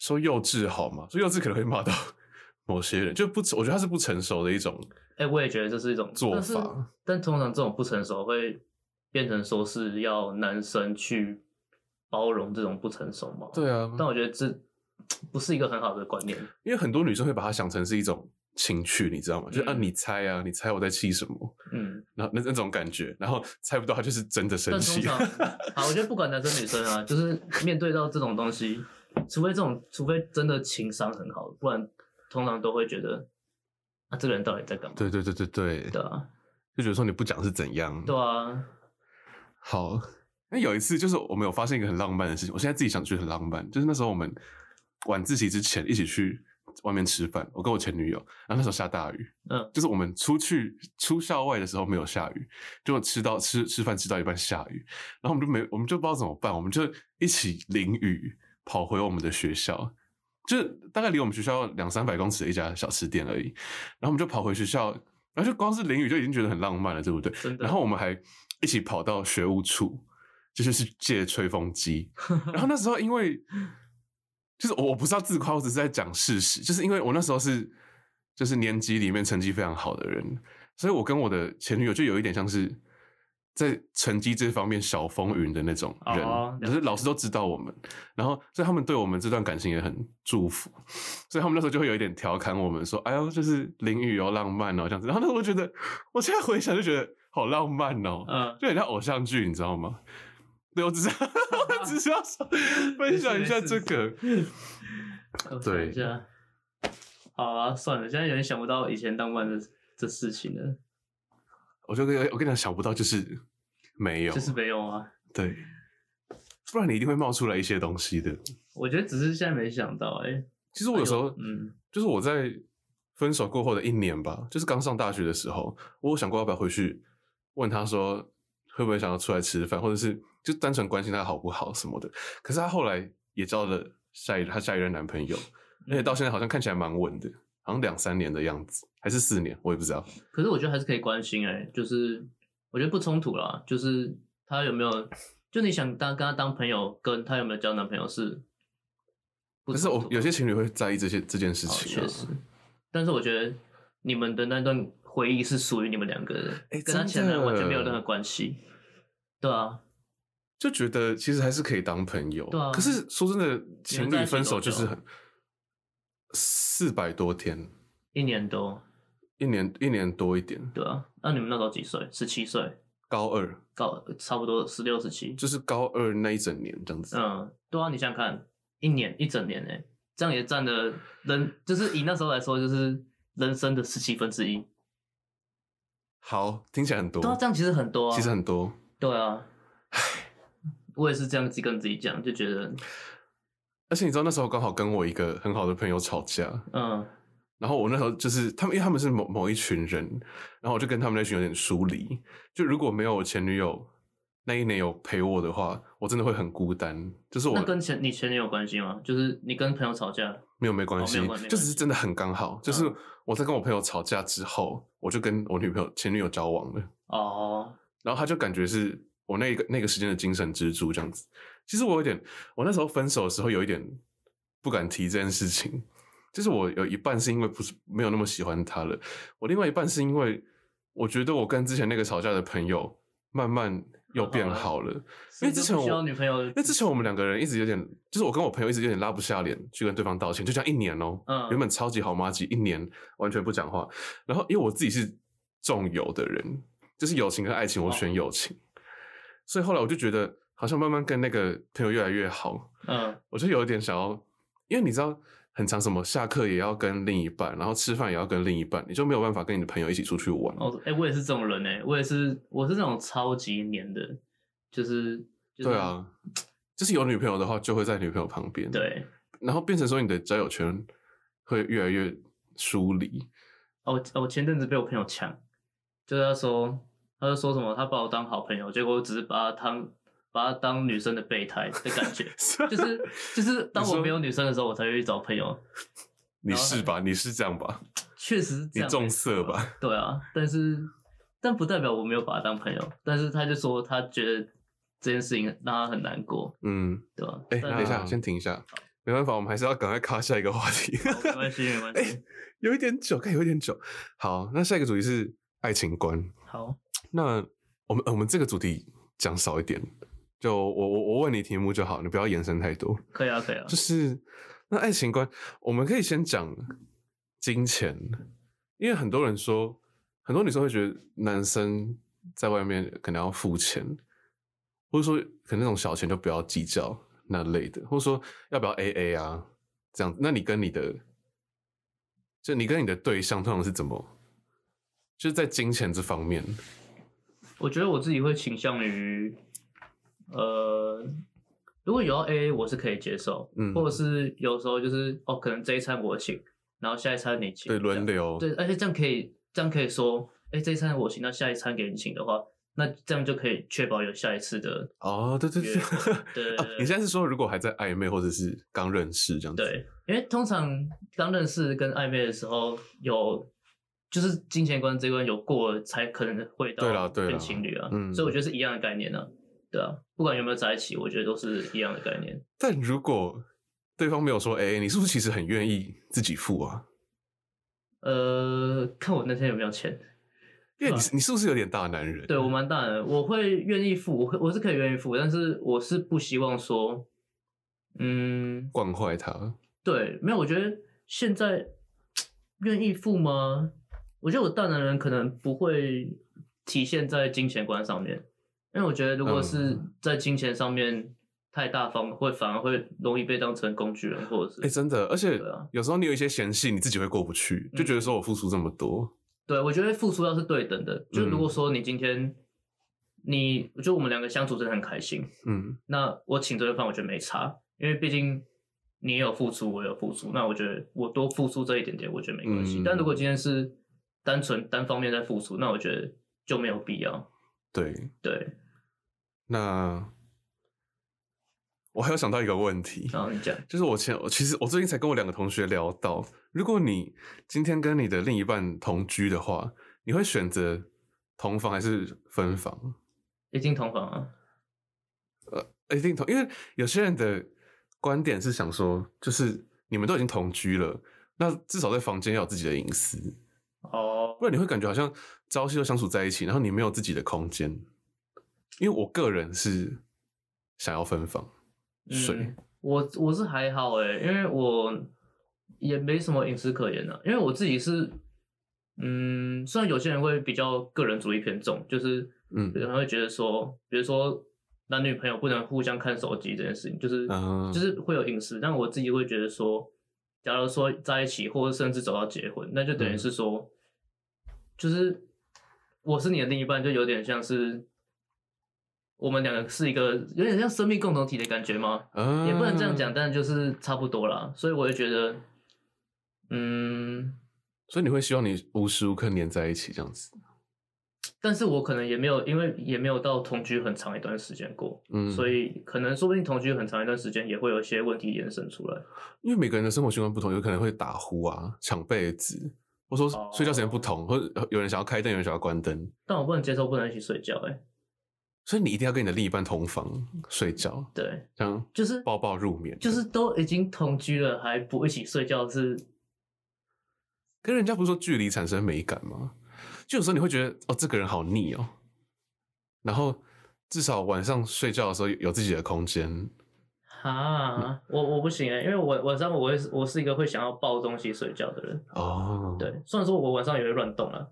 Speaker 1: 说幼稚好吗？说幼稚可能会骂到 某些人，就不成，我觉得他是不成熟的一种
Speaker 2: 哎、我也觉得这是一种
Speaker 1: 做
Speaker 2: 但是
Speaker 1: 法。
Speaker 2: 但通常这种不成熟会变成说是要男生去包容这种不成熟嘛？。
Speaker 1: 对啊，
Speaker 2: 但我觉得这不是一个很好的观念。
Speaker 1: 因为很多女生会把它想成是一种情趣，你知道吗？就是、啊，
Speaker 2: 嗯
Speaker 1: 你猜啊，你猜我在气什么，
Speaker 2: 嗯，
Speaker 1: 然后那那种感觉，然后猜不到，她就是真的生
Speaker 2: 但通
Speaker 1: 气。
Speaker 2: 常好，我觉得不管男生女生啊，就是面对到这种东西，除非这种，除非真的情商很好，不然通常都会觉得啊，这个人到底在干嘛？
Speaker 1: 对对对对对，
Speaker 2: 对啊，
Speaker 1: 就觉得说你不讲是怎样。
Speaker 2: 对啊，
Speaker 1: 好， 那有一次就是我们有发现一个很浪漫的事情，我现在自己想去很浪漫，就是那时候我们晚自习之前一起去外面吃饭，我跟我前女友，然后那时候下大雨，
Speaker 2: 嗯，
Speaker 1: 就是我们出去出校外的时候没有下雨，就吃到吃吃饭吃到一半下雨，然后我们就没我们就不知道怎么办，我们就一起淋雨跑回我们的学校。就是大概离我们学校两三百公尺的一家小吃店而已，然后我们就跑回学校，然后就光是淋雨就已经觉得很浪漫了，对不对？
Speaker 2: 真的。
Speaker 1: 然后我们还一起跑到学务处，就是去借吹风 机。然后那时候因为就是我我不是要自夸，我只是在讲事实，就是因为我那时候是就是年级里面成绩非常好的人，所以我跟我的前女友就有一点像是。在成绩这方面小风云的那种人，
Speaker 2: 哦
Speaker 1: 就是老师都知道我们，然后所以他们对我们这段感情也很祝福，所以他们那时候就会有一点调侃我们说：“哎呦，就是淋雨哦，浪漫哦，这样子。”然后那时候我觉得，我现在回想就觉得好浪漫哦，
Speaker 2: 嗯，
Speaker 1: 就很像偶像剧，你知道吗？对，我只是我只是要 说分享一下这个。
Speaker 2: 我想一下，好啊，算了，现在有点想不到以前浪漫的这事情了，
Speaker 1: 我就跟我跟你讲，想不到就是没有，
Speaker 2: 就是没有啊。
Speaker 1: 对，不然你一定会冒出来一些东西的。
Speaker 2: 我觉得只是现在没想到、欸，哎，
Speaker 1: 其实我有时候，
Speaker 2: 嗯，
Speaker 1: 就是我在分手过后的一年吧，就是刚上大学的时候，我有想过要不要回去问他说会不会想要出来吃饭，或者是就单纯关心他好不好什么的。可是他后来也交了下一他下一任男朋友，而且
Speaker 2: 嗯
Speaker 1: 到现在好像看起来蛮稳的，好像两三年的样子，还是四年，我也不知道。
Speaker 2: 可是我觉得还是可以关心、欸，哎，就是我觉得不冲突啦，就是他有没有，就你想当跟他当朋友，跟他有没有交男朋友是不
Speaker 1: 可是
Speaker 2: 冲
Speaker 1: 我
Speaker 2: 突的，
Speaker 1: 有些情侣会在意这些这件事
Speaker 2: 哦
Speaker 1: 情、啊
Speaker 2: 确，实，但是我觉得你们的那段回忆是属于你们两个人，
Speaker 1: 欸
Speaker 2: 跟他
Speaker 1: 真
Speaker 2: 前男友完全没有
Speaker 1: 的
Speaker 2: 任何关系，对啊，
Speaker 1: 就觉得其实还是可以当朋友。
Speaker 2: 对啊
Speaker 1: 可是说真的，情
Speaker 2: 在
Speaker 1: 侣
Speaker 2: 一起
Speaker 1: 分
Speaker 2: 多
Speaker 1: 手就是
Speaker 2: 久啊
Speaker 1: 很四百多天，
Speaker 2: 一年多，
Speaker 1: 一年一年多一点。
Speaker 2: 对啊，那你们那时候几岁？十七岁，
Speaker 1: 高二，
Speaker 2: 高差不多十六十七，
Speaker 1: 就是高二那一整年这样子。
Speaker 2: 嗯，对啊，你想想看，一年一整年哎、这样也占了人，就是以那时候来说，就是人生的十七分之一。
Speaker 1: 好，听起来很多，
Speaker 2: 对啊，这样其实很多啊。
Speaker 1: 其实很多。
Speaker 2: 对啊，我也是这样子跟自己讲，就觉得，
Speaker 1: 而且你知道那时候刚好跟我一个很好的朋友吵架，
Speaker 2: 嗯
Speaker 1: 然后我那时候就是他们，因为他们是某某一群人，然后我就跟他们那群有点疏离。就如果没有我前女友那一年有陪我的话，我真的会很孤单。就是我
Speaker 2: 那跟前你前女友有关系吗？就是你跟朋友吵架，
Speaker 1: 没有没关系
Speaker 2: 哦没有关没，
Speaker 1: 就
Speaker 2: 关
Speaker 1: 只是
Speaker 2: 系
Speaker 1: 真的很刚好。就是
Speaker 2: 嗯
Speaker 1: 我在跟我朋友吵架之后，我就跟我女朋友前女友交往了。
Speaker 2: 哦，
Speaker 1: 然后他就感觉是我那个那个时间的精神支柱这样子。其实我有点，我那时候分手的时候有一点不敢提这件事情，就是我有一半是因为不是没有那么喜欢他了，我另外一半是因为我觉得我跟之前那个吵架的朋友慢慢又变好了，因为之前
Speaker 2: 需要
Speaker 1: 我
Speaker 2: 女朋友，
Speaker 1: 因为之前我们两个人一直有点，就是我跟我朋友一直有点拉不下脸去跟对方道歉，就这样一年哦、
Speaker 2: 嗯
Speaker 1: 原本超级好妈鸡，一年完全不讲话。然后因为我自己是重友的人，就是友情跟爱情我
Speaker 2: 哦
Speaker 1: 选友情，所以后来我就觉得好像慢慢跟那个朋友越来越好，
Speaker 2: 嗯
Speaker 1: 我就有一点想要，因为你知道。很长什么下课也要跟另一半，然后吃饭也要跟另一半，你就没有办法跟你的朋友一起出去玩。
Speaker 2: 哦，哎、我也是这种人哎、我也是，我是那种超级黏的，就是就是
Speaker 1: 对啊，就是有女朋友的话，就会在女朋友旁边。
Speaker 2: 对
Speaker 1: 然后变成说你的交友圈会越来越疏离。，
Speaker 2: 哦，我我前阵子被我朋友呛，就是他说，他就说什么，他把我当好朋友，结果我只是把他当把他当女生的备胎的感觉就是就是当
Speaker 1: 你说
Speaker 2: 我没有女生的时候，我才会去找朋友，
Speaker 1: 你是吧？你是这样吧？
Speaker 2: 确实是这
Speaker 1: 你
Speaker 2: 样、
Speaker 1: 重色吧？
Speaker 2: 对啊，但是但不代表我没有把他当朋友，但是他就说他觉得这件事情让他很难过，
Speaker 1: 嗯，
Speaker 2: 对啊吧、
Speaker 1: 哎、
Speaker 2: 但
Speaker 1: 等一下，
Speaker 3: 那
Speaker 1: 先停一下。没办法，我们还是要赶快卡下一个话题。哎
Speaker 2: 好没关系，没关 系，
Speaker 1: 有一点久，看有一点久。好，那下一个主题是爱情观。
Speaker 2: 好，
Speaker 1: 那我们呃我们这个主题讲少一点，就我我我问你题目就好，你不要延伸太多。
Speaker 2: 可以啊，可以啊
Speaker 1: 就，是那爱情观，我们可以先讲金钱，因为很多人说，很多女生会觉得男生在外面可能要付钱，或者说可能那种小钱就不要计较那类的，或者说要不要 A A 啊这样。那你跟你的，就你跟你的对象通常是怎么？就是在金钱这方面，
Speaker 2: 我觉得我自己会倾向于，呃，如果有要 A A，我是可以接受，
Speaker 1: 嗯
Speaker 2: 或者是有时候就是哦，可能这一餐我请，然后下一餐你请，
Speaker 1: 对
Speaker 2: 这
Speaker 1: 轮
Speaker 2: 样，
Speaker 1: 流，
Speaker 2: 对，而且这样可以，这样可以说，哎、这一餐我请，那下一餐给你请的话，那这样就可以确保有下一次的
Speaker 1: 哦，对对对
Speaker 2: 约，对对
Speaker 1: 啊，你现在是说如果还在暧昧或者是刚认识这样子，
Speaker 2: 对，因为通常刚认识跟暧昧的时候有。就是金钱观这一关有过了，才可能会到
Speaker 1: 对啦对啦
Speaker 2: 变情侣啊，
Speaker 1: 嗯
Speaker 2: 所以我觉得是一样的概念啊，对啊，不管有没有在一起，我觉得都是一样的概念。
Speaker 1: 但如果对方没有说 A A，你是不是其实很愿意自己付啊？
Speaker 2: 呃，看我那天有没有钱，
Speaker 1: 因为你
Speaker 2: 对啊
Speaker 1: 是你是不是有点大男人？
Speaker 2: 对我蛮大的，我会愿意付，我会我是可以愿意付，但是我是不希望说，嗯，
Speaker 1: 惯坏他。
Speaker 2: 对，没有，我觉得现在愿意付吗？我觉得我大男人可能不会体现在金钱观上面，因为我觉得如果是
Speaker 1: 嗯
Speaker 2: 在金钱上面太大方，会反而会容易被当成工具人，或者是
Speaker 1: 哎、真的，而且
Speaker 2: 对啊嗯
Speaker 1: 有时候你有一些嫌隙，你自己会过不去，就觉得说我付出这么多，
Speaker 2: 对，我觉得付出要是对等的。就如果
Speaker 1: 嗯
Speaker 2: 说你今天，你就我们两个相处真的很开心，
Speaker 1: 嗯，
Speaker 2: 那我请这顿饭我觉得没差，因为毕竟你也有付出，我也有付出，那我觉得我多付出这一点点，我觉得没关系。
Speaker 1: 嗯
Speaker 2: 但如果今天是单纯单方面在付出，那我觉得就没有必要。
Speaker 1: 对。
Speaker 2: 对，
Speaker 1: 那我还有想到一个问题，
Speaker 2: 然后你讲，
Speaker 1: 就是我前我其实我最近才跟我两个同学聊到，如果你今天跟你的另一半同居的话，你会选择同房还是分房？
Speaker 2: 一定同房啊，
Speaker 1: 一定同，因为有些人的观点是想说，就是你们都已经同居了，那至少在房间要有自己的隐私，
Speaker 2: 哦，
Speaker 1: 不然你会感觉好像朝夕都相处在一起，然后你没有自己的空间。因为我个人是想要分房，水
Speaker 2: 嗯、我我是还好哎、因为我也没什么隐私可言的、啊因为我自己是，嗯，虽然有些人会比较个人主义偏重，就是
Speaker 1: 嗯
Speaker 2: 有人会觉得说，比如说男女朋友不能互相看手机这件事情，就是、
Speaker 1: 嗯
Speaker 2: 就是会有隐私，但我自己会觉得说，假如说在一起，或者甚至走到结婚，那就等于
Speaker 1: 嗯
Speaker 2: 是说，就是我是你的另一半，就有点像是。我们两个是一个有点像生命共同体的感觉吗？
Speaker 1: 嗯
Speaker 2: 也不能这样讲，，但就是差不多啦。所以我就觉得，嗯，
Speaker 1: 所以你会希望你无时无刻黏在一起这样子，
Speaker 2: 但是我可能也没有，因为也没有到同居很长一段时间过，
Speaker 1: 嗯，
Speaker 2: 所以可能说不定同居很长一段时间也会有一些问题延伸出来。
Speaker 1: 因为每个人的生活习惯不同，有可能会打呼啊、抢被子，或者
Speaker 2: 哦
Speaker 1: 说睡觉时间不同，或者有人想要开灯，有人想要关灯，
Speaker 2: 但我不能接受不能一起睡觉、欸，哎，
Speaker 1: 所以你一定要跟你的另一半同房睡觉，
Speaker 2: 对，
Speaker 1: 这样
Speaker 2: 就是
Speaker 1: 抱抱入眠，
Speaker 2: 就是都已经同居了，还不一起睡觉是，
Speaker 1: 跟人家不是说距离产生美感吗？就有时候你会觉得哦，这个人好腻哦，然后至少晚上睡觉的时候有自己的空间，
Speaker 2: 哈，我我不行哎、因为我晚上我会是我是一个会想要抱东西睡觉的人，
Speaker 1: 哦，，
Speaker 2: 对，虽然说我晚上也会乱动啊，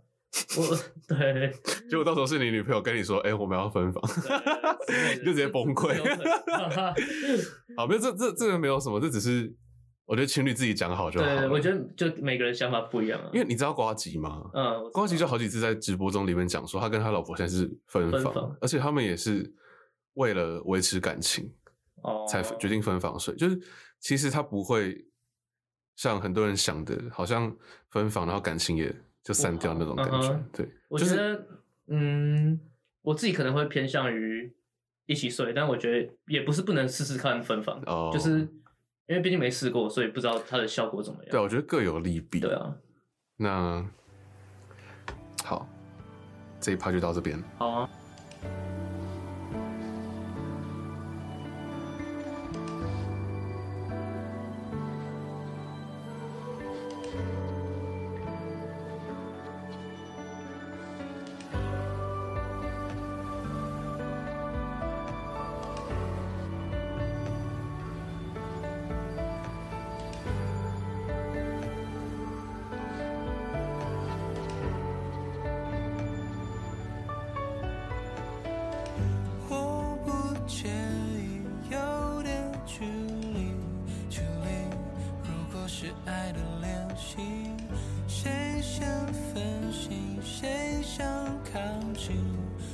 Speaker 2: 我对，
Speaker 1: 结果到时候是你女朋友跟你说，哎、我们要分房，
Speaker 2: 对
Speaker 1: 就直接崩溃
Speaker 2: 有可能
Speaker 1: 好，没有，这这这个没有什么，这只是我觉得情侣自己讲好就好了。
Speaker 2: 对，我
Speaker 1: 得，
Speaker 2: 觉得就每个人想法不一样啊，
Speaker 1: 因为你知道瓜吉吗？
Speaker 2: 嗯，
Speaker 1: 瓜吉
Speaker 2: 就
Speaker 1: 就好几次在直播中里面讲说，他跟他老婆现在是分
Speaker 2: 分
Speaker 1: 房，
Speaker 2: 房
Speaker 1: 而且他们也是为了维持感情
Speaker 2: 哦
Speaker 1: 才决定分房睡。就是其实他不会像很多人想的，好像分房然后感情也就散掉那种感
Speaker 2: 嗯
Speaker 1: 觉。
Speaker 2: 哼
Speaker 1: 对，
Speaker 2: 我
Speaker 1: 就
Speaker 2: 觉
Speaker 1: 是
Speaker 2: 得，嗯，我自己可能会偏向于一起睡，但我觉得也不是不能试试看分房，
Speaker 1: 哦，
Speaker 2: 就是因为毕竟没试过，所以不知道它的效果怎么样。
Speaker 1: 对，我觉得各有利弊。
Speaker 2: 对啊，
Speaker 1: 那好，这一趴就到这边。
Speaker 2: 好啊，
Speaker 3: 我不介意有点距离，距离。如果是爱的练习，谁先分心，谁先靠近，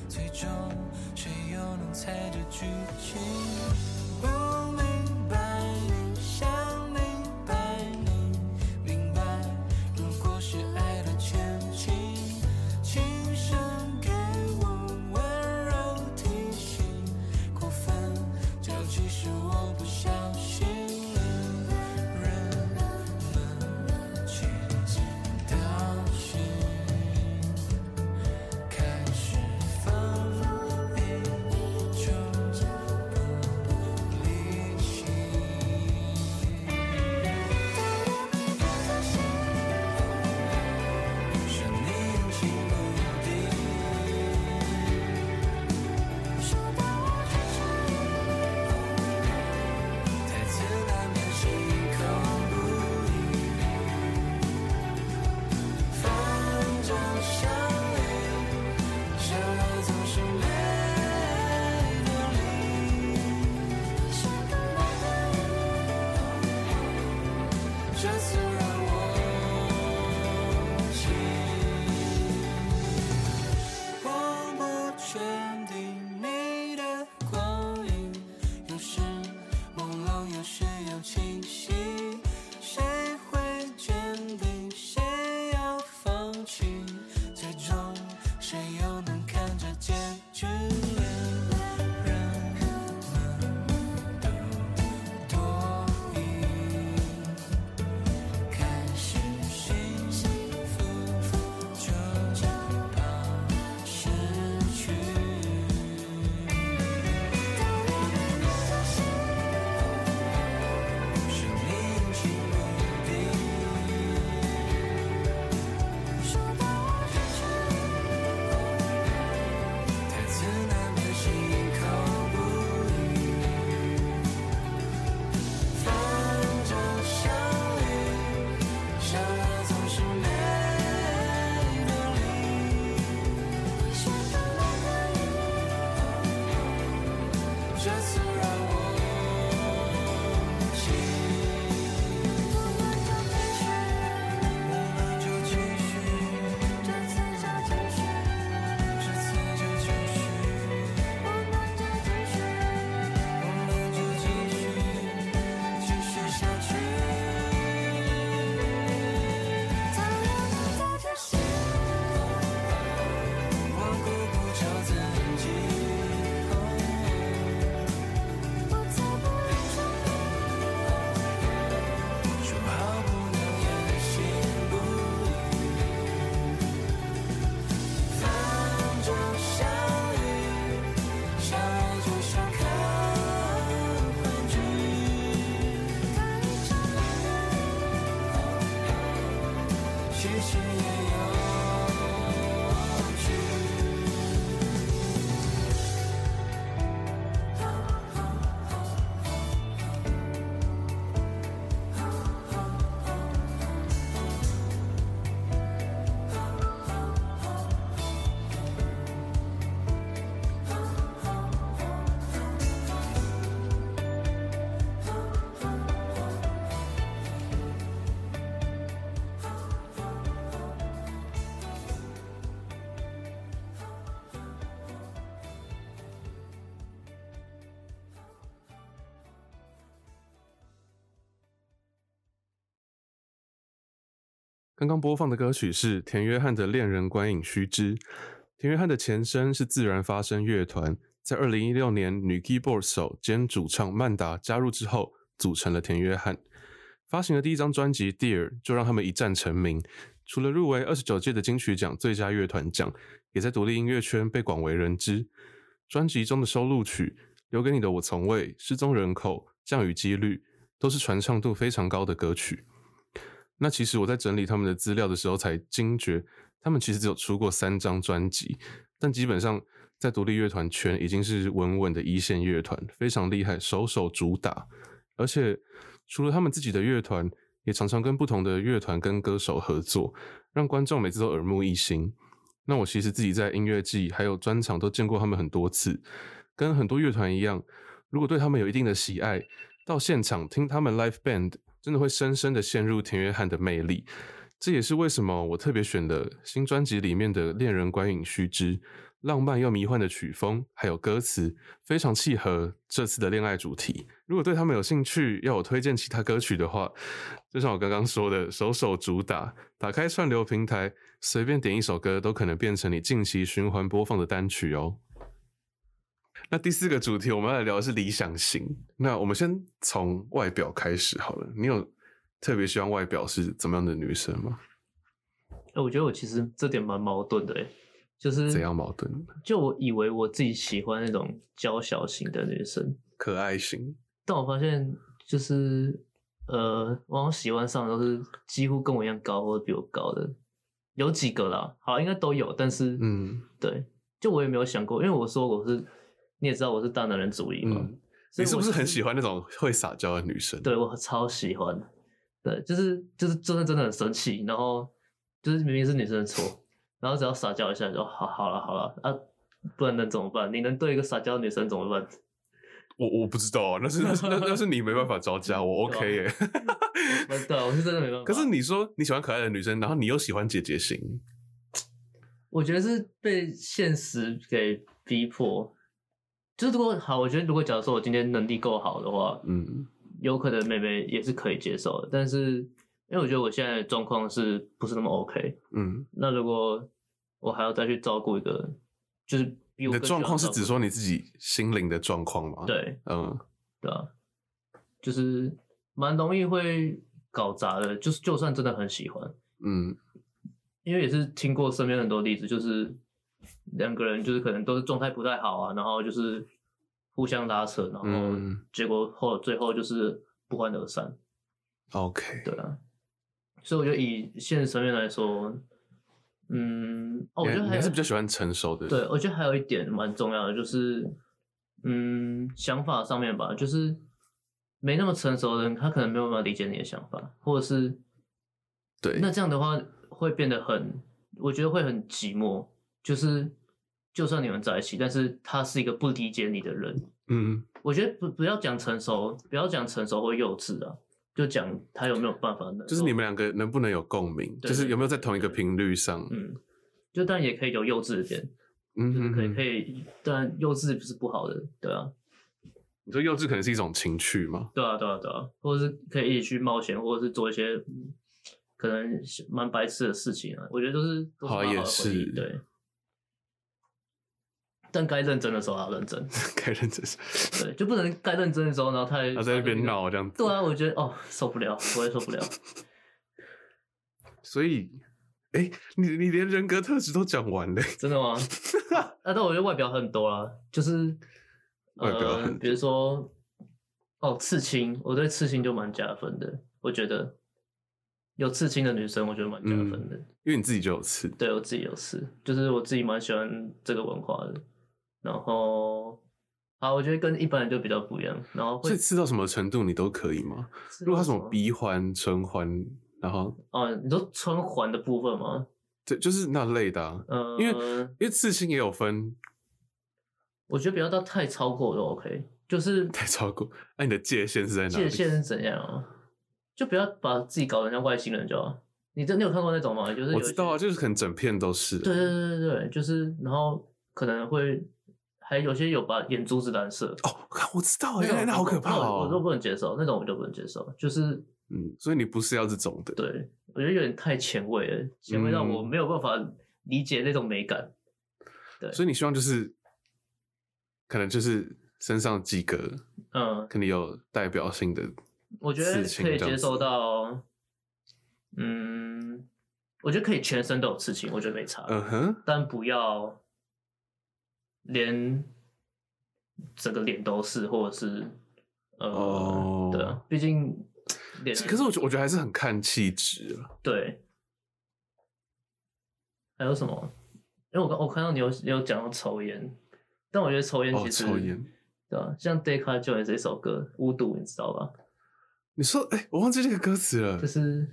Speaker 3: 最终谁又能猜着剧情？不明白你，想明白你，明白。如果是爱的前进，请伸给我温柔提醒，过分就其实我不小心。人们渐渐到心，开始放一种不其实也有趣。
Speaker 1: 刚刚播放的歌曲是田约翰的《恋人观影须知》。田约翰的前身是自然发声乐团，在二零一六年女 keyboard 手兼主唱曼达加入之后，组成了田约翰。发行的第一张专辑《Dear》就让他们一战成名，除了入围二十九届的金曲奖最佳乐团奖，也在独立音乐圈被广为人知。专辑中的收录曲《留给你的我从未》《失踪人口》《降雨几率》都是传唱度非常高的歌曲。那其实我在整理他们的资料的时候，才惊觉他们其实只有出过三张专辑，但基本上在独立乐团圈已经是稳稳的一线乐团，非常厉害，首首主打。而且除了他们自己的乐团，也常常跟不同的乐团跟歌手合作，让观众每次都耳目一新。那我其实自己在音乐季还有专场都见过他们很多次，跟很多乐团一样，如果对他们有一定的喜爱，到现场听他们 live band，真的会深深的陷入田约翰的魅力。这也是为什么我特别选了新专辑里面的《恋人观影须知》，浪漫又迷幻的曲风，还有歌词非常契合这次的恋爱主题。如果对他们有兴趣，要我推荐其他歌曲的话，就像我刚刚说的，首首主打，打开串流平台，随便点一首歌，都可能变成你近期循环播放的单曲哦。那第四个主题，我们要来聊的是理想型。那我们先从外表开始好了。你有特别希望外表是怎么样的女生吗？
Speaker 2: 哎，我觉得我其实这点蛮矛盾的、欸，就是
Speaker 1: 怎样矛盾？
Speaker 2: 就我以为我自己喜欢那种娇小型的女生，
Speaker 1: 可爱型，
Speaker 2: 但我发现就是呃，我好像喜欢上的都是几乎跟我一样高或者比我高的，有几个啦，好应该都有，但是
Speaker 1: 嗯，
Speaker 2: 对，就我也没有想过，因为我说我是你也知道我是大男人主义嘛，
Speaker 1: 嗯
Speaker 2: 所
Speaker 1: 你
Speaker 2: 以
Speaker 1: 是不
Speaker 2: 我
Speaker 1: 是
Speaker 2: 其
Speaker 1: 很
Speaker 2: 实
Speaker 1: 喜欢那种会撒娇的女生？
Speaker 2: 对我超喜欢的，对，就是就是就算真的很生气，然后就是明明是女生的错，然后只要撒娇一下就好，好了好了啊，不然能怎么办？你能对一个撒娇的女生怎么办？
Speaker 1: 我我不知道啊，那是那是那那是你没办法招架， 我
Speaker 2: 对啊
Speaker 1: OK 耶。
Speaker 2: 我对啊，我是真的没办法。
Speaker 1: 可是你说你喜欢可爱的女生，然后你又喜欢姐姐型，
Speaker 2: 我觉得是被现实给逼迫，就是如果好，我觉得如果假如说我今天能力够好的话，
Speaker 1: 嗯，
Speaker 2: 有可能妹妹也是可以接受的，但是因为我觉得我现在的状况是不是那么 OK？
Speaker 1: 嗯，
Speaker 2: 那如果我还要再去照顾一个，就是比
Speaker 1: 你
Speaker 2: 我
Speaker 1: 的
Speaker 2: 更需要
Speaker 1: 状况是
Speaker 2: 照顾
Speaker 1: 指说你自己心灵的状况吗？，
Speaker 2: 对
Speaker 1: 嗯，
Speaker 2: 对啊，就是蛮容易会搞砸的。就是就算真的很喜欢，
Speaker 1: 嗯
Speaker 2: 因为也是听过身边很多例子，就是两个人就是可能都是状态不太好啊，然后就是互相拉扯，然后
Speaker 1: 嗯
Speaker 2: 结果后最后就是不欢而散。
Speaker 1: ，OK，
Speaker 2: 对啊，所以我觉得以现实层面来说，嗯，哦，我
Speaker 1: 你还
Speaker 2: 觉得
Speaker 1: 你
Speaker 2: 还
Speaker 1: 还
Speaker 2: 有
Speaker 1: 是比较喜欢成熟的，
Speaker 2: 对，，我觉得还有一点蛮重要的，就是嗯，想法上面吧，就是没那么成熟的人，他可能没有办法理解你的想法，或者是
Speaker 1: 对，
Speaker 2: 那这样的话会变得很，我觉得会很寂寞，就是就算你们在一起，但是他是一个不理解你的人，
Speaker 1: 嗯，
Speaker 2: 我觉得不不要讲成熟，不要讲成熟或幼稚啊，就讲他有没有办法能够，
Speaker 1: 就是你们两个能不能有共鸣，
Speaker 2: 对
Speaker 1: 就是有没有在同一个频率上？
Speaker 2: 嗯，就但也可以有幼稚一点，
Speaker 1: 嗯
Speaker 2: 就是
Speaker 1: 哼
Speaker 2: 可以
Speaker 1: 哼，
Speaker 2: 可以，但幼稚不是不好的，对啊，
Speaker 1: 你说幼稚可能是一种情趣 嘛？
Speaker 2: 对啊，对啊，对啊，或者是可以一起去冒险，或者是做一些嗯可能蛮白痴的事情啊。我觉得都是都是
Speaker 1: 好
Speaker 2: 蛮好
Speaker 1: 也
Speaker 2: 的回忆
Speaker 1: 是
Speaker 2: 对。但该认真的时候要认真，
Speaker 1: 该认真是，
Speaker 2: 对，就不能该认真的时候，然后他
Speaker 1: 他在那边。闹这样子
Speaker 2: 对，啊，我觉得哦，受不了，我也受不了。
Speaker 1: 所以，哎，你你连人格特质都讲完了，
Speaker 2: 真的吗？ 啊，但我觉得外表很多啦，就是
Speaker 1: 外表很
Speaker 2: 呃，
Speaker 1: 多
Speaker 2: 比如说哦，刺青，我对刺青就蛮加分的，我觉得有刺青的女生，我觉得蛮加分的。
Speaker 1: 因为你自己就有刺，
Speaker 2: 对我自己有事，就是我自己蛮喜欢这个文化的。然后，好，我觉得跟一般人就比较不一样。然后
Speaker 1: 所
Speaker 2: 会
Speaker 1: 以刺到什么程度你都可以吗？
Speaker 2: 知道
Speaker 1: 如果他什么鼻环、唇环，然后
Speaker 2: 哦，你说穿环的部分吗？
Speaker 1: 对，就是那类的、啊，
Speaker 2: 呃，
Speaker 1: 因因为刺青也有分，
Speaker 2: 我觉得不要到太超过都 OK，就是
Speaker 1: 太超过，那、你的界限是在哪里？
Speaker 2: 界限是怎样啊？就不要把自己搞成像外星人就好。你真你有看过那种吗？就是有
Speaker 1: 我
Speaker 2: 一
Speaker 1: 知
Speaker 2: 些
Speaker 1: 道啊，就是可能整片都是。
Speaker 2: 对对对对对，就是然后可能会还有些有把眼珠子染色，
Speaker 1: 哦，看我知道啊，
Speaker 2: 那
Speaker 1: 原来
Speaker 2: 种
Speaker 1: 那好可怕
Speaker 2: 那种我都
Speaker 1: 哦。
Speaker 2: 不能接受，那种我就不能接受，就是
Speaker 1: 嗯，所以你不是要这种的，
Speaker 2: 对我觉得有点太前卫了，前卫到我
Speaker 1: 嗯
Speaker 2: 没有办法理解那种美感。对
Speaker 1: 所以你希望就是，可能就是身上几个
Speaker 2: 嗯，
Speaker 1: 可能有代表性的，
Speaker 2: 我觉得
Speaker 1: 刺青
Speaker 2: 可以
Speaker 1: 这样
Speaker 2: 接受
Speaker 1: 子
Speaker 2: 到，嗯，我觉得可以全身都有刺青，我觉得没差，
Speaker 1: 嗯哼，
Speaker 2: 但不要连整个脸都是，或者是呃，
Speaker 1: 哦
Speaker 2: 对啊，毕竟脸
Speaker 1: 可是我觉我觉得还是很看气质啊。
Speaker 2: 对，还有什么？因为我刚我看到你有有讲到抽烟，但我觉得抽烟
Speaker 1: 哦，
Speaker 2: 其实、
Speaker 1: 抽烟。
Speaker 2: 对啊，像 Decca Jones 这首歌《巫毒》，你知道吧？
Speaker 1: 你说，哎、我忘记这个歌词了
Speaker 2: 就。是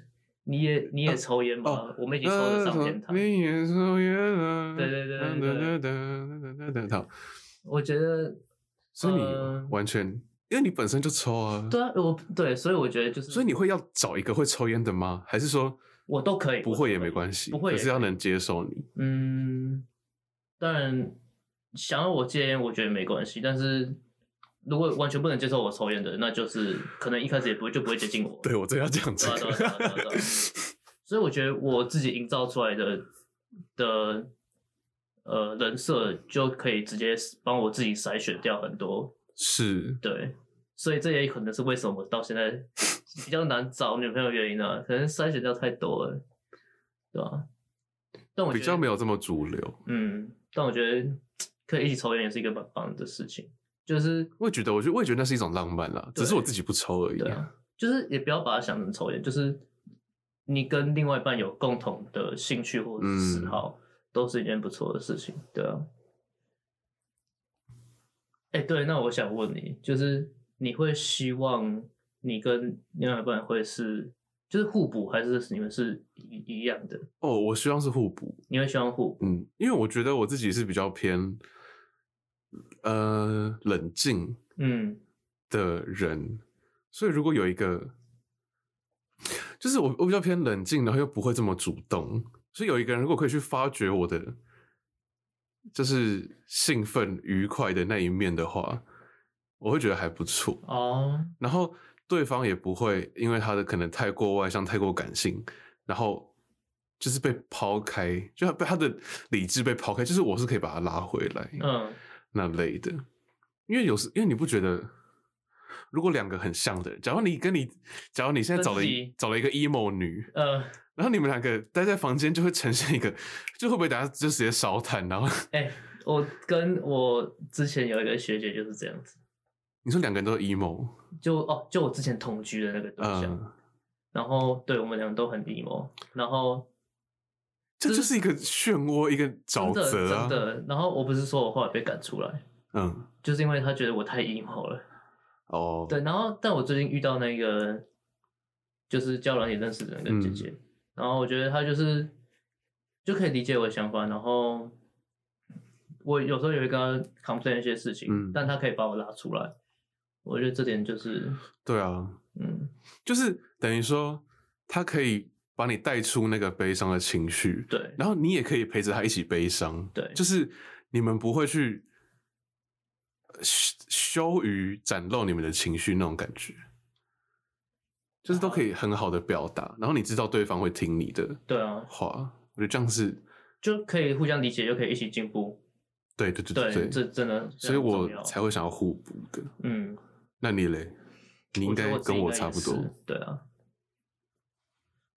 Speaker 2: 你也你也抽烟吗？
Speaker 1: 哦
Speaker 2: 我们已经抽得上天堂。
Speaker 1: 呃你也抽烟了。
Speaker 2: 对对对对对
Speaker 1: 对对对。好，
Speaker 2: 我觉得，
Speaker 1: 所以
Speaker 2: 呃
Speaker 1: 你完全，因为你本身就抽啊，
Speaker 2: 对啊，我对，所以我觉得就是，
Speaker 1: 所以你会要找一个会抽烟的吗？还是说
Speaker 2: 我都可以，
Speaker 1: 不会也没关系，
Speaker 2: 不会也
Speaker 1: 可是要
Speaker 2: 可以
Speaker 1: 能接受你。
Speaker 2: 嗯，当然想要我戒烟，我觉得没关系，但是。如果完全不能接受我抽烟的，那就是可能一开始也不会就不会接近我。
Speaker 1: 对我正要讲这
Speaker 2: 对啊对啊对啊对啊对
Speaker 1: 个
Speaker 2: 啊，所以我觉得我自己营造出来的的呃人设就可以直接帮我自己筛选掉很多
Speaker 1: 是
Speaker 2: 对，所以这也可能是为什么我到现在比较难找女朋友的原因呢、可能筛选掉太多了，对吧、但我觉
Speaker 1: 比
Speaker 2: 得
Speaker 1: 较没有这么主流。
Speaker 2: 嗯，但我觉得可以一起抽烟也是一个蛮棒的事情，就是
Speaker 1: 我也觉得，我觉得，我也觉得那是一种浪漫啦，
Speaker 2: 对
Speaker 1: 只是我自己不抽而已
Speaker 2: 对。啊，就是也不要把它想成抽烟，就是你跟另外一半有共同的兴趣或者是嗜
Speaker 1: 嗯
Speaker 2: 好，都是一件不错的事情，对啊。哎、对，那我想问你，就是你会希望你跟另外一半会是就是互补，还是你们是一一样的？
Speaker 1: 哦，我希望是互补，
Speaker 2: 你会希望互补？
Speaker 1: 嗯，因为我觉得我自己是比较偏，呃，冷静
Speaker 2: 嗯
Speaker 1: 的人，所以如果有一个，就是我我比较偏冷静，然后又不会这么主动，所以有一个人如果可以去发掘我的，就是兴奋愉快的那一面的话，我会觉得还不错。
Speaker 2: 哦，
Speaker 1: 然后对方也不会因为他的可能太过外向、太过感性，然后就是被抛开，就被他的理智被抛开，就是我是可以把他拉回来
Speaker 2: 嗯
Speaker 1: 那类的。因为有时，因为你不觉得，如果两个很像的人，假如你跟你，假如你现在找了
Speaker 2: 分
Speaker 1: 一
Speaker 2: 析
Speaker 1: 找了一个 emo 女，
Speaker 2: 呃，
Speaker 1: 然后你们两个待在房间就会呈现一个，就会不会大家就直接烧炭？然后
Speaker 2: 哎、我跟我之前有一个学姐就是这样子，
Speaker 1: 你说两个人都 emo，
Speaker 2: 就哦，就我之前同居的那个对象。
Speaker 1: 嗯，
Speaker 2: 然后对我们两个都很 emo，然后
Speaker 1: 这就是一个漩涡，一个
Speaker 2: 真
Speaker 1: 沼
Speaker 2: 的真
Speaker 1: 泽啊，
Speaker 2: 的，然后我不是说我后来被赶出来，
Speaker 1: 嗯，
Speaker 2: 就是因为他觉得我太 emo 了。
Speaker 1: 哦，
Speaker 2: 对，然后但我最近遇到那个就是交软也认识的那个姐
Speaker 1: 嗯
Speaker 2: 姐，然后我觉得她就是就可以理解我的想法，然后我有时候也会跟她 complain 一些事情，
Speaker 1: 嗯
Speaker 2: 但她可以把我拉出来，我觉得这点就是
Speaker 1: 对啊，
Speaker 2: 嗯
Speaker 1: 就是等于说，他可以把你带出那个悲伤的情绪，
Speaker 2: 对
Speaker 1: 然后你也可以陪着他一起悲伤，
Speaker 2: 对
Speaker 1: 就是你们不会去呃羞羞于展露你们的情绪那种感觉，就是都可以很好的表达，然后你知道对方会听你的
Speaker 2: 对啊，
Speaker 1: 话，我觉得这样是
Speaker 2: 就可以互相理解，又可以一起进步，
Speaker 1: 对对对
Speaker 2: 对，
Speaker 1: 对
Speaker 2: 这真的非
Speaker 1: 所以
Speaker 2: 常重
Speaker 1: 我
Speaker 2: 要
Speaker 1: 才会想要互补的。
Speaker 2: 嗯。
Speaker 1: 那你嘞？你应
Speaker 2: 我觉得
Speaker 1: 该
Speaker 2: 我自己
Speaker 1: 跟
Speaker 2: 应
Speaker 1: 我
Speaker 2: 该
Speaker 1: 差
Speaker 2: 也
Speaker 1: 不多
Speaker 2: 是，对啊，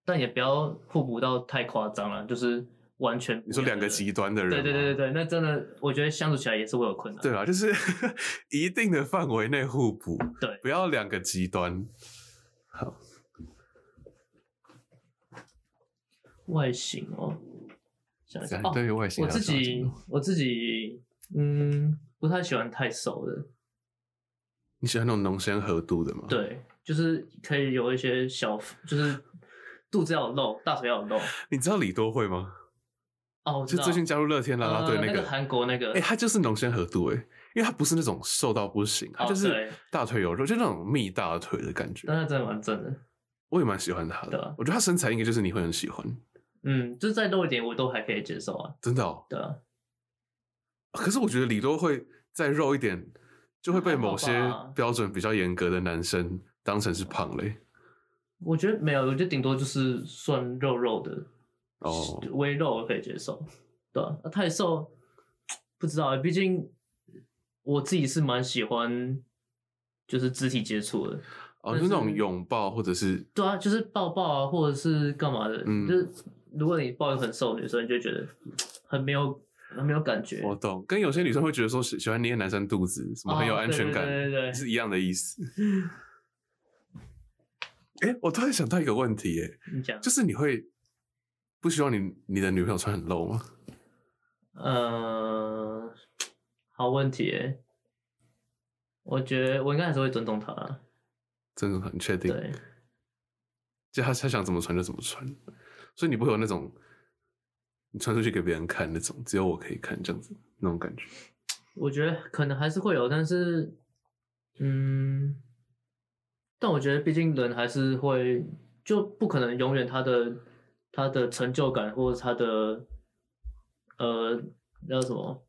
Speaker 2: 但也不要互补到太夸张了，就是完全
Speaker 1: 你说两个
Speaker 2: 级，
Speaker 1: 极端的人吗，
Speaker 2: 对对对对对，那真的我觉得相处起来也是会有困难。
Speaker 1: 对啊啦，就是 一定的范围内互补，
Speaker 2: 对
Speaker 1: 不要两个极端。
Speaker 2: 外形哦，想一下哦，
Speaker 1: 对于外形
Speaker 2: 我
Speaker 1: 还有
Speaker 2: 自
Speaker 1: 什么
Speaker 2: 己我自己嗯不太喜欢太瘦的，
Speaker 1: 你喜欢那种浓鲜合度的吗？，
Speaker 2: 对，就是可以有一些小，就是肚子要有肉，大腿要有肉。
Speaker 1: 你知道李多惠吗？
Speaker 2: 哦，我知
Speaker 1: 就
Speaker 2: 道
Speaker 1: 最近加入乐天啦啦队
Speaker 2: 呃那
Speaker 1: 个
Speaker 2: 韩国那个
Speaker 1: 哎、他就是浓鲜合度哎、因为他不是那种瘦到不行，他
Speaker 2: 哦
Speaker 1: 就是
Speaker 2: 对
Speaker 1: 大腿有肉，就那种蜜大腿的感觉。
Speaker 2: 但是真的蛮正的。
Speaker 1: 我也蛮喜欢他
Speaker 2: 对
Speaker 1: 的
Speaker 2: 啊，
Speaker 1: 我觉得他身材应该就是你会很喜欢，
Speaker 2: 嗯，就是再肉一点我都还可以接受啊。
Speaker 1: 真的哦。
Speaker 2: 对啊，
Speaker 1: 可是我觉得李多惠再肉一点，就会被某些
Speaker 2: 还好吧
Speaker 1: 标准比较严格的男生当成是胖嘞。
Speaker 2: 我觉得没有，我觉得顶多就是算肉肉的，
Speaker 1: 哦，
Speaker 2: 微肉我可以接受。对啊，那太瘦不知道欸，毕竟我自己是蛮喜欢就是肢体接触的。
Speaker 1: 哦，
Speaker 2: 但
Speaker 1: 就是是那种拥抱或者是
Speaker 2: 对啊，就是抱抱啊，或者是干嘛的，
Speaker 1: 嗯
Speaker 2: 就是如果你抱一个很瘦的女生，你就觉得很没有很没有感觉，
Speaker 1: 我懂，跟有些女生会觉得说喜喜欢捏男生肚子，什么很有
Speaker 2: 哦
Speaker 1: 安全感，
Speaker 2: 对对对对对
Speaker 1: 是一样的意 思。哎、我突然想到一个问题、哎，
Speaker 2: 你讲，
Speaker 1: 就是你会不希望你你的女朋友穿很露吗？
Speaker 2: 呃，好问题耶，我觉得我应该还是会尊重她啦，
Speaker 1: 真的很确定，
Speaker 2: 对，
Speaker 1: 就她她想怎么穿就怎么穿，所以你不会有那种你穿出去给别人看那种，只有我可以看这样子那种感觉。
Speaker 2: 我觉得可能还是会有，但是，嗯，但我觉得毕竟人还是会，就不可能永远他的他的成就感或者他的呃那叫什么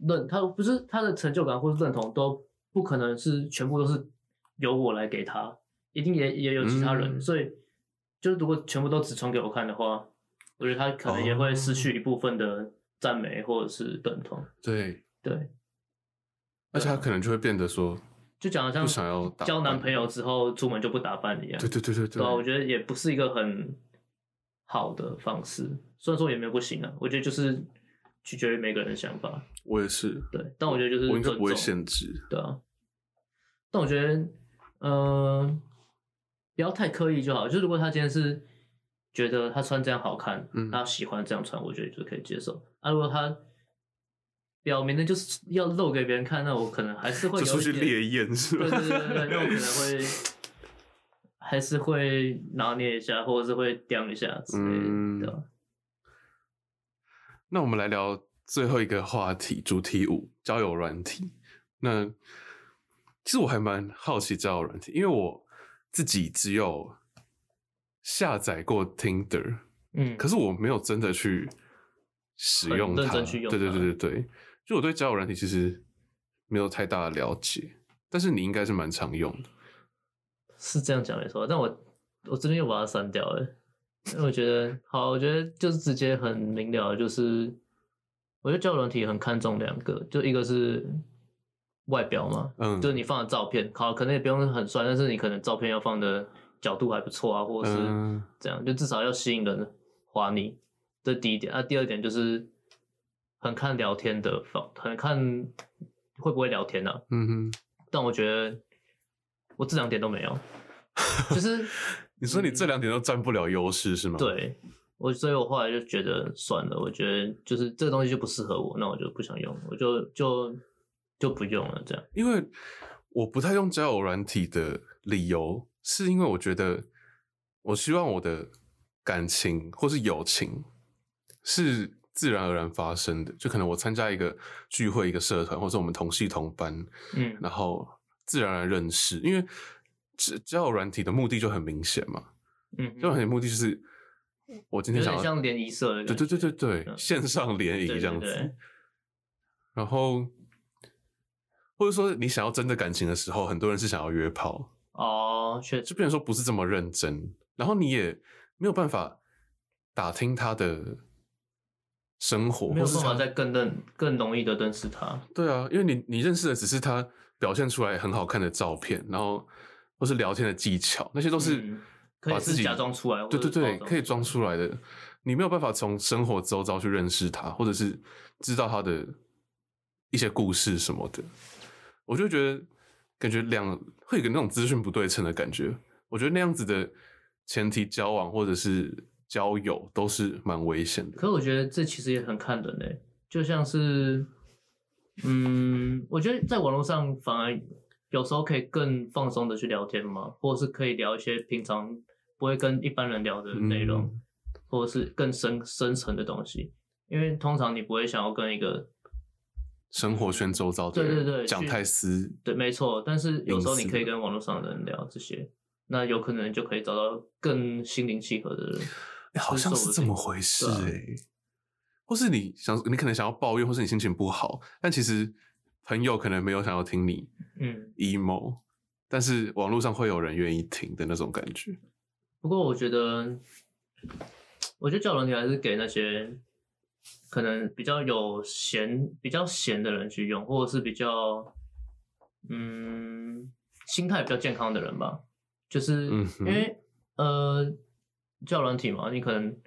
Speaker 2: 认他不是他的成就感或是认同都不可能是全部都是由我来给他，一定也也有其他人，
Speaker 1: 嗯
Speaker 2: 所以就是如果全部都只穿给我看的话，我觉得他可能也会失去一部分的赞美或者是认同。
Speaker 1: 对，
Speaker 2: 对，啊
Speaker 1: 而且她可能就会变得说，
Speaker 2: 就讲
Speaker 1: 不
Speaker 2: 得
Speaker 1: 想要
Speaker 2: 像
Speaker 1: 打
Speaker 2: 交男
Speaker 1: 扮
Speaker 2: 朋友之后出门就不打扮一样。
Speaker 1: 对对对对对，
Speaker 2: 对啊，我觉得也不是一个很好的方式。虽然说也没有不行啊，我觉得就是取决于每个人的想法。
Speaker 1: 我也是，
Speaker 2: 对，但我觉得就是
Speaker 1: 我应该
Speaker 2: 尊
Speaker 1: 不会
Speaker 2: 重
Speaker 1: 限制。
Speaker 2: 对啊，但我觉得，呃，不要太刻意就好。就如果他今天是觉得他穿这样好看，
Speaker 1: 嗯
Speaker 2: 他喜欢这样穿，我觉得就可以接受。啊，如果他表明的就是要露给别人看，那我可能还是会
Speaker 1: 就
Speaker 2: 有
Speaker 1: 出
Speaker 2: 一
Speaker 1: 去
Speaker 2: 点
Speaker 1: 猎艳是吧？
Speaker 2: 对对对对，那我可能 会还是会拿捏一下，或者是会刁一下之
Speaker 1: 嗯
Speaker 2: 类的。
Speaker 1: 那我们来聊最后一个话题，主题五交友软体。那其实我还蛮好奇交友软体，因为我自己只有下载过 Tinder，
Speaker 2: 嗯，
Speaker 1: 可是我没有真的去使用
Speaker 2: 很
Speaker 1: 它。
Speaker 2: 认真去用
Speaker 1: 对对
Speaker 2: 它
Speaker 1: 对对对，就我对交友软体其实没有太大的了解，但是你应该是蛮常用的。
Speaker 2: 是这样讲没错，但我我这边又把它删掉了，因为我觉得好，我觉得就是直接很明了，就是我觉得交友软体很看重两个，就一个是外表嘛，
Speaker 1: 嗯，
Speaker 2: 就是你放的照片，好，可能也不用很帅，但是你可能照片要放的角度还不错啊，或者是
Speaker 1: 嗯
Speaker 2: 这样，就至少要吸引人划你，这第一点。啊那、第二点就是很看聊天的方，很看会不会聊天啊，
Speaker 1: 嗯哼，
Speaker 2: 但我觉得我这两点都没有， 就是
Speaker 1: 你说你这两点都占不了优势是吗？，
Speaker 2: 对我，所以我后来就觉得算了，我觉得就是这个东西就不适合我，那我就不想用，我就就就不用了，这样。
Speaker 1: 因为我不太用交友软体的理由，是因为我觉得我希望我的感情或是友情是自然而然发生的。就可能我参加一个聚会、一个社团，或者我们同系同班，
Speaker 2: 嗯，
Speaker 1: 然后自然而然认识。因为交交友软体的目的就很明显嘛，
Speaker 2: 嗯哼，
Speaker 1: 交友软体的目的就是我今
Speaker 2: 有
Speaker 1: 天想
Speaker 2: 点
Speaker 1: 要
Speaker 2: 像联谊社的
Speaker 1: 对
Speaker 2: 感
Speaker 1: 对
Speaker 2: 觉，
Speaker 1: 对对对，
Speaker 2: 嗯
Speaker 1: 线上联谊
Speaker 2: 对
Speaker 1: 这样子。
Speaker 2: 对对
Speaker 1: 然后，或者说你想要真的感情的时候，很多人是想要约炮，
Speaker 2: 哦，确实
Speaker 1: 就变成说不是这么认真，然后你也没有办法打听他的生活，
Speaker 2: 没有
Speaker 1: 或是
Speaker 2: 办
Speaker 1: 他
Speaker 2: 法再更认更容易的认识他。
Speaker 1: 对啊，因为你你认识的只是他表现出来很好看的照片，然后或是聊天的技巧，那些都是
Speaker 2: 嗯可
Speaker 1: 把
Speaker 2: 以
Speaker 1: 自
Speaker 2: 是
Speaker 1: 己
Speaker 2: 假装出来，
Speaker 1: 对对对，可以装
Speaker 2: 出
Speaker 1: 出来的。你没有办法从生活周遭去认识他，或者是知道他的一些故事什么的。我就觉得，感觉两会有个那种资讯不对称的感觉。我觉得那样子的前提交往或者是交友都是蛮危险的。
Speaker 2: 可我觉得这其实也很看人嘞、欸就像是，嗯，我觉得在网络上反而有时候可以更放松的去聊天嘛，或者是可以聊一些平常不会跟一般人聊的内容，
Speaker 1: 嗯
Speaker 2: 或者是更深深层的东西。因为通常你不会想要跟一个
Speaker 1: 生活圈周遭的
Speaker 2: 对对
Speaker 1: 人
Speaker 2: 对
Speaker 1: 讲
Speaker 2: 去
Speaker 1: 太私，
Speaker 2: 对，没错，但是有时候
Speaker 1: 隐私
Speaker 2: 你
Speaker 1: 的
Speaker 2: 可以跟网络上的人聊这些，那有可能就可以找到更心灵契合的人。
Speaker 1: 欸好像是这么回事
Speaker 2: 对啊
Speaker 1: 哎、或是你想，你可能想要抱怨，或是你心情不好，但其实朋友可能没有想要听你
Speaker 2: 嗯，
Speaker 1: emo，但是网络上会有人愿意听的那种感觉。
Speaker 2: 不过我觉得，我觉得交友软体还是给那些可能比较有闲、比较闲的人去用，或者是比较嗯心态比较健康的人吧。就是
Speaker 1: 嗯
Speaker 2: 因
Speaker 1: 哼
Speaker 2: 为、呃，交友软体嘛，你可能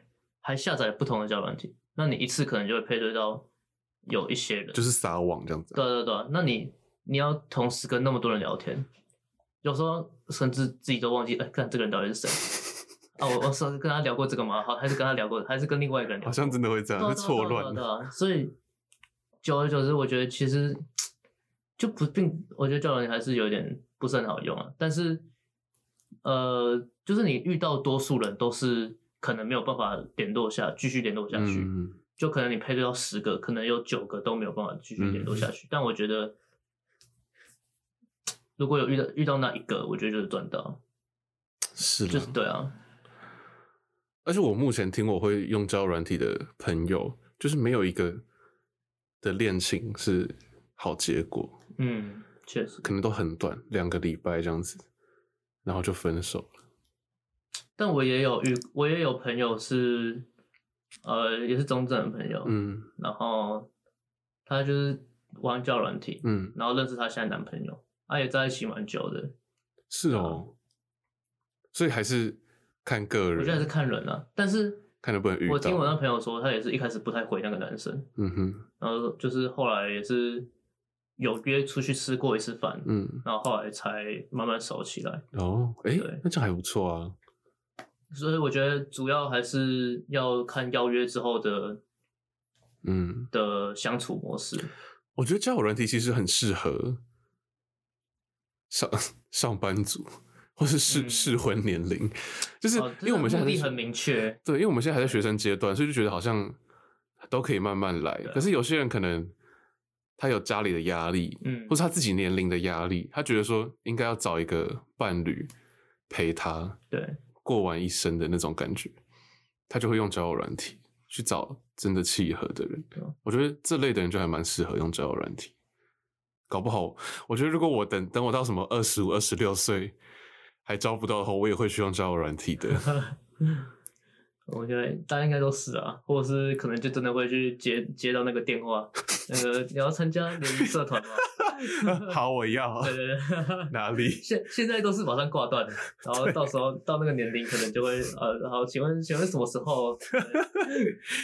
Speaker 2: 还下载不同的交友软体，那你一次可能就会配对到有一些人，
Speaker 1: 就是撒网这样子啊
Speaker 2: 对，啊对啊对啊，那你你要同时跟那么多人聊天，有时候甚至自己都忘记，哎，看这个人到底是谁啊？我我上次跟他聊过这个吗？好，还是跟他聊过，还是跟另外一个人聊
Speaker 1: 好像真的会这样，
Speaker 2: 对啊
Speaker 1: 会
Speaker 2: 对啊
Speaker 1: 错
Speaker 2: 对啊
Speaker 1: 乱
Speaker 2: 对
Speaker 1: 的。
Speaker 2: 啊对啊所以久而久之，我觉得其实就不并，我觉得教人还是有点不是很好用啊。但是呃，就是你遇到多数人都是可能没有办法联络下，继续联络下去。
Speaker 1: 嗯，
Speaker 2: 就可能你配对到十个，可能有九个都没有办法继续联络下
Speaker 1: 嗯
Speaker 2: 去。但我觉得，如果有遇到遇到那一个，我觉得就是赚到，
Speaker 1: 是的
Speaker 2: 就是。对啊，
Speaker 1: 而且我目前听我会用交友软体的朋友，就是没有一个的恋情是好结果，
Speaker 2: 嗯，确实。
Speaker 1: 可能都很短，两个礼拜这样子，然后就分手了。
Speaker 2: 但我也有遇，我也有朋友是，呃，也是中正的朋友，
Speaker 1: 嗯
Speaker 2: 然后他就是玩交友软体，
Speaker 1: 嗯，
Speaker 2: 然后认识他现在男朋友，他、也在一起蛮久的，
Speaker 1: 是
Speaker 2: 对啊
Speaker 1: 哦，所以还是看个
Speaker 2: 我觉得还是
Speaker 1: 人，
Speaker 2: 看人啊。但是
Speaker 1: 看能不能遇到。
Speaker 2: 我听我那朋友说，他也是一开始不太回那个男生，
Speaker 1: 嗯哼，
Speaker 2: 然后就是后来也是有约出去吃过一次饭，
Speaker 1: 嗯，
Speaker 2: 然后后来才慢慢熟起来。
Speaker 1: 哦，哎、
Speaker 2: 对
Speaker 1: 那这样还不错啊。
Speaker 2: 所以我觉得主要还是要看邀约之后的
Speaker 1: 嗯，
Speaker 2: 的相处模式。
Speaker 1: 我觉得交友软体其实很适合上 上班族或是适
Speaker 2: 嗯
Speaker 1: 适婚年龄，就是
Speaker 2: 哦
Speaker 1: 因为我们现在
Speaker 2: 目
Speaker 1: 还
Speaker 2: 的
Speaker 1: 是
Speaker 2: 很明确，
Speaker 1: 对，因为我们现在还在学生阶段，所以就觉得好像都可以慢慢来。
Speaker 2: 啊
Speaker 1: 可是有些人可能他有家里的压力，
Speaker 2: 嗯
Speaker 1: 或，是他自己年龄的压力，他觉得说应该要找一个伴侣陪他
Speaker 2: 对，
Speaker 1: 过完一生的那种感觉，他就会用交友软体去找真的契合的人
Speaker 2: 对啊。
Speaker 1: 我觉得这类的人就还蛮适合用交友软体。搞不好，我觉得如果我等等我到什么二十五、二十六岁还招不到的话，我也会去用交友软体 的。
Speaker 2: 我觉得大家应该都是啊，或者是可能就真的会去接接到那个电话，那 个你要参加联谊社团吗？
Speaker 1: 好，我要
Speaker 2: 对对对。
Speaker 1: 哪里？
Speaker 2: 现现在都是马上挂断，然后到时候到那个年龄可能就会呃，好，请问请问什么时候？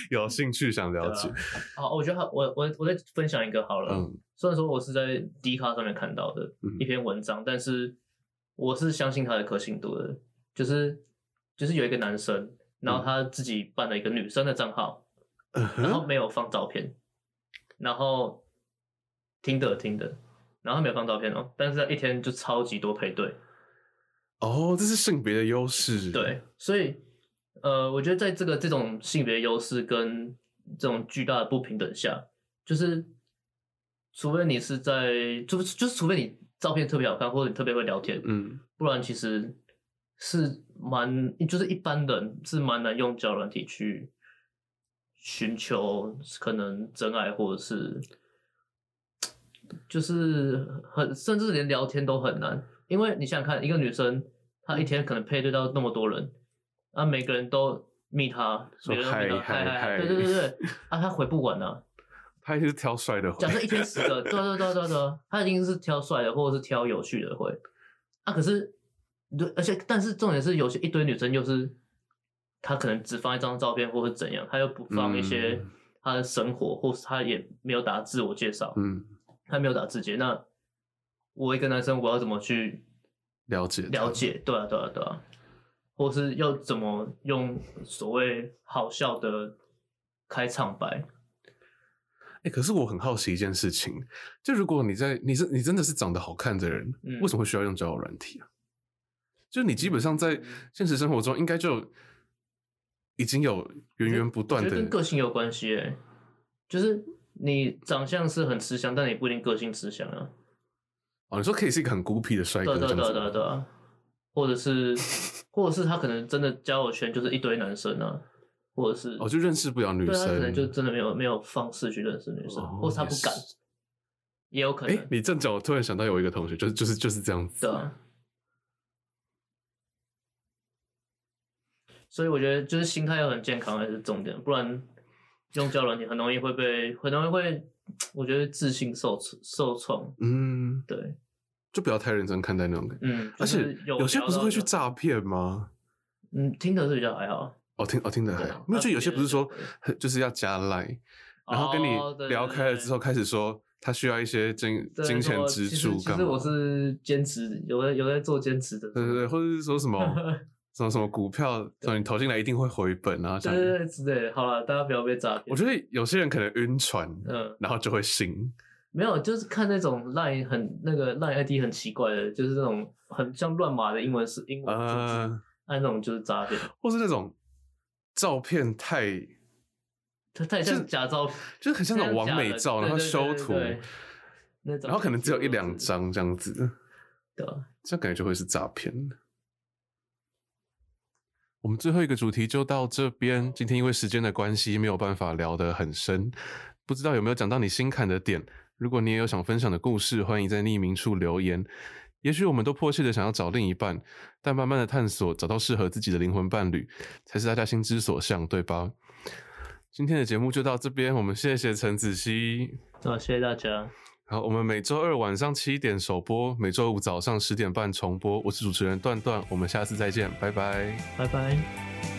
Speaker 1: 有兴趣想了解
Speaker 2: 对？好，我觉得好我我我再分享一个好了。
Speaker 1: 嗯
Speaker 2: 虽然说我是在 D 卡上面看到的一篇文章，但是我是相信它的可信度的。就是就是有一个男生，然后他自己办了一个女生的账号，
Speaker 1: 嗯
Speaker 2: 然后
Speaker 1: 哼，
Speaker 2: 没有放照片，然后听的听的，然后他没有放照片哦，但是他一天就超级多配对。
Speaker 1: 哦，这是性别的优势。
Speaker 2: 对，，所以呃，我觉得在这个这种性别优势跟这种巨大的不平等下，就是除非你是在，就是就是除非你照片特别好看，或者你特别会聊天，
Speaker 1: 嗯，
Speaker 2: 不然其实是蛮，就是一般人是蛮难用交友软体去寻求可能真爱，或者是就是很甚至连聊天都很难，因为你想想看，一个女生她一天可能配对到那么多人，啊，每个人都密她，
Speaker 1: 说
Speaker 2: 每个人都密她，
Speaker 1: 嗨
Speaker 2: 嗨
Speaker 1: 嗨嗨
Speaker 2: 对对对对，啊，她回不完啊，
Speaker 1: 他也是挑帅的回
Speaker 2: 假。设一天十个，对啊对啊对啊对啊对啊，他一定是挑帅的，或者是挑有趣的会。啊，可是，对，而且但是重点是，有些一堆女生就是，她可能只放一张照片，或是怎样，她又不放一些
Speaker 1: 嗯
Speaker 2: 她的生活，或是她也没有打自我介绍，
Speaker 1: 嗯，
Speaker 2: 她没有打字节。那我一个男生，我要怎么去
Speaker 1: 了解他
Speaker 2: 了解？对啊对啊对啊，或是要怎么用所谓好笑的开场白。
Speaker 1: 哎、可是我很好奇一件事情，就如果你在你是你真的是长得好看的人，
Speaker 2: 嗯
Speaker 1: 为什么会需要用交友软体啊？就你基本上
Speaker 2: 嗯
Speaker 1: 在现实生活中应该就已经有源源不
Speaker 2: 我
Speaker 1: 断
Speaker 2: 觉得跟
Speaker 1: 的
Speaker 2: 个性有关系、欸，就是你长相是很吃香，但你不一定个性吃香啊。
Speaker 1: 哦，你说可以是一个很孤僻的帅
Speaker 2: 对
Speaker 1: 哥
Speaker 2: 啊
Speaker 1: 这
Speaker 2: 对啊
Speaker 1: 样
Speaker 2: 对啊对啊
Speaker 1: 子，
Speaker 2: 对啊，或 者是或者是他可能真的交友圈就是一堆男生啊，或者是
Speaker 1: 哦，就认识不了女
Speaker 2: 对啊他可能就
Speaker 1: 生。
Speaker 2: 真的没有没有方式去认识女生，
Speaker 1: 哦
Speaker 2: 或者他不敢，
Speaker 1: 也是
Speaker 2: 也有可
Speaker 1: 哎、
Speaker 2: 能。
Speaker 1: 你正讲，我突然想到有一个同学，就是就是就是这样子。
Speaker 2: 对啊。所以我觉得就是心态要很健康才是重点，不然用交友软体很容易会被，很容易会，我觉得自信受挫受创。
Speaker 1: 嗯，
Speaker 2: 对，
Speaker 1: 就不要太认真看待那种感觉。
Speaker 2: 嗯，
Speaker 1: 而
Speaker 2: 就
Speaker 1: 且
Speaker 2: 是有
Speaker 1: 有些不是
Speaker 2: 聊到
Speaker 1: 会去
Speaker 2: 就，
Speaker 1: 诈骗吗？
Speaker 2: 嗯，听的是比较还好，
Speaker 1: 哦，听哦听的还
Speaker 2: 对啊
Speaker 1: 好，没有就有些不是说
Speaker 2: 诈骗的
Speaker 1: 就是要加 line，然后跟
Speaker 2: 哦
Speaker 1: 你
Speaker 2: 对
Speaker 1: 聊
Speaker 2: 对
Speaker 1: 开了
Speaker 2: 对
Speaker 1: 之后，开始说他需要一些金
Speaker 2: 对
Speaker 1: 金钱
Speaker 2: 说
Speaker 1: 支
Speaker 2: 其实
Speaker 1: 柱
Speaker 2: 其
Speaker 1: 干
Speaker 2: 实
Speaker 1: 嘛
Speaker 2: 我？是兼职，有在有在做兼职的。
Speaker 1: 对对对，或者是说 什么什么什么股票，什么你投进来一定会回本啊？这
Speaker 2: 对
Speaker 1: 样
Speaker 2: 对对之类的。好了，大家不要被诈骗。
Speaker 1: 我觉得有些人可能晕船，
Speaker 2: 嗯，
Speaker 1: 然后就会信。
Speaker 2: 没有，就是看那种 line 很那个 line ID 很奇怪的，就是那种很像乱码的英文是英文数字，
Speaker 1: 呃，
Speaker 2: 按那种就是诈骗，
Speaker 1: 或是那种照片太
Speaker 2: 它太
Speaker 1: 就是
Speaker 2: 像假照，
Speaker 1: 就是很像那种
Speaker 2: 太假
Speaker 1: 完美
Speaker 2: 了
Speaker 1: 照，
Speaker 2: 对
Speaker 1: 然后
Speaker 2: 对对
Speaker 1: 修
Speaker 2: 对
Speaker 1: 图，
Speaker 2: 对那种
Speaker 1: 然后可能只有一两
Speaker 2: 就是
Speaker 1: 张这样子。
Speaker 2: 的，
Speaker 1: 这样感觉就会是诈骗。我们最后一个主题就到这边。今天因为时间的关系，没有办法聊得很深，不知道有没有讲到你心坎的点。如果你也有想分享的故事，欢迎在匿名处留言。也许我们都迫切的想要找另一半，但慢慢的探索，找到适合自己的灵魂伴侣，才是大家心之所向，对吧？今天的节目就到这边，我们谢谢陈子希。
Speaker 2: 好，谢谢大家，
Speaker 1: 好，我们每周二晚上七点首播，每周五早上十点半重播。我是主持人段段，我们下次再见，拜拜。
Speaker 2: 拜拜。
Speaker 3: 我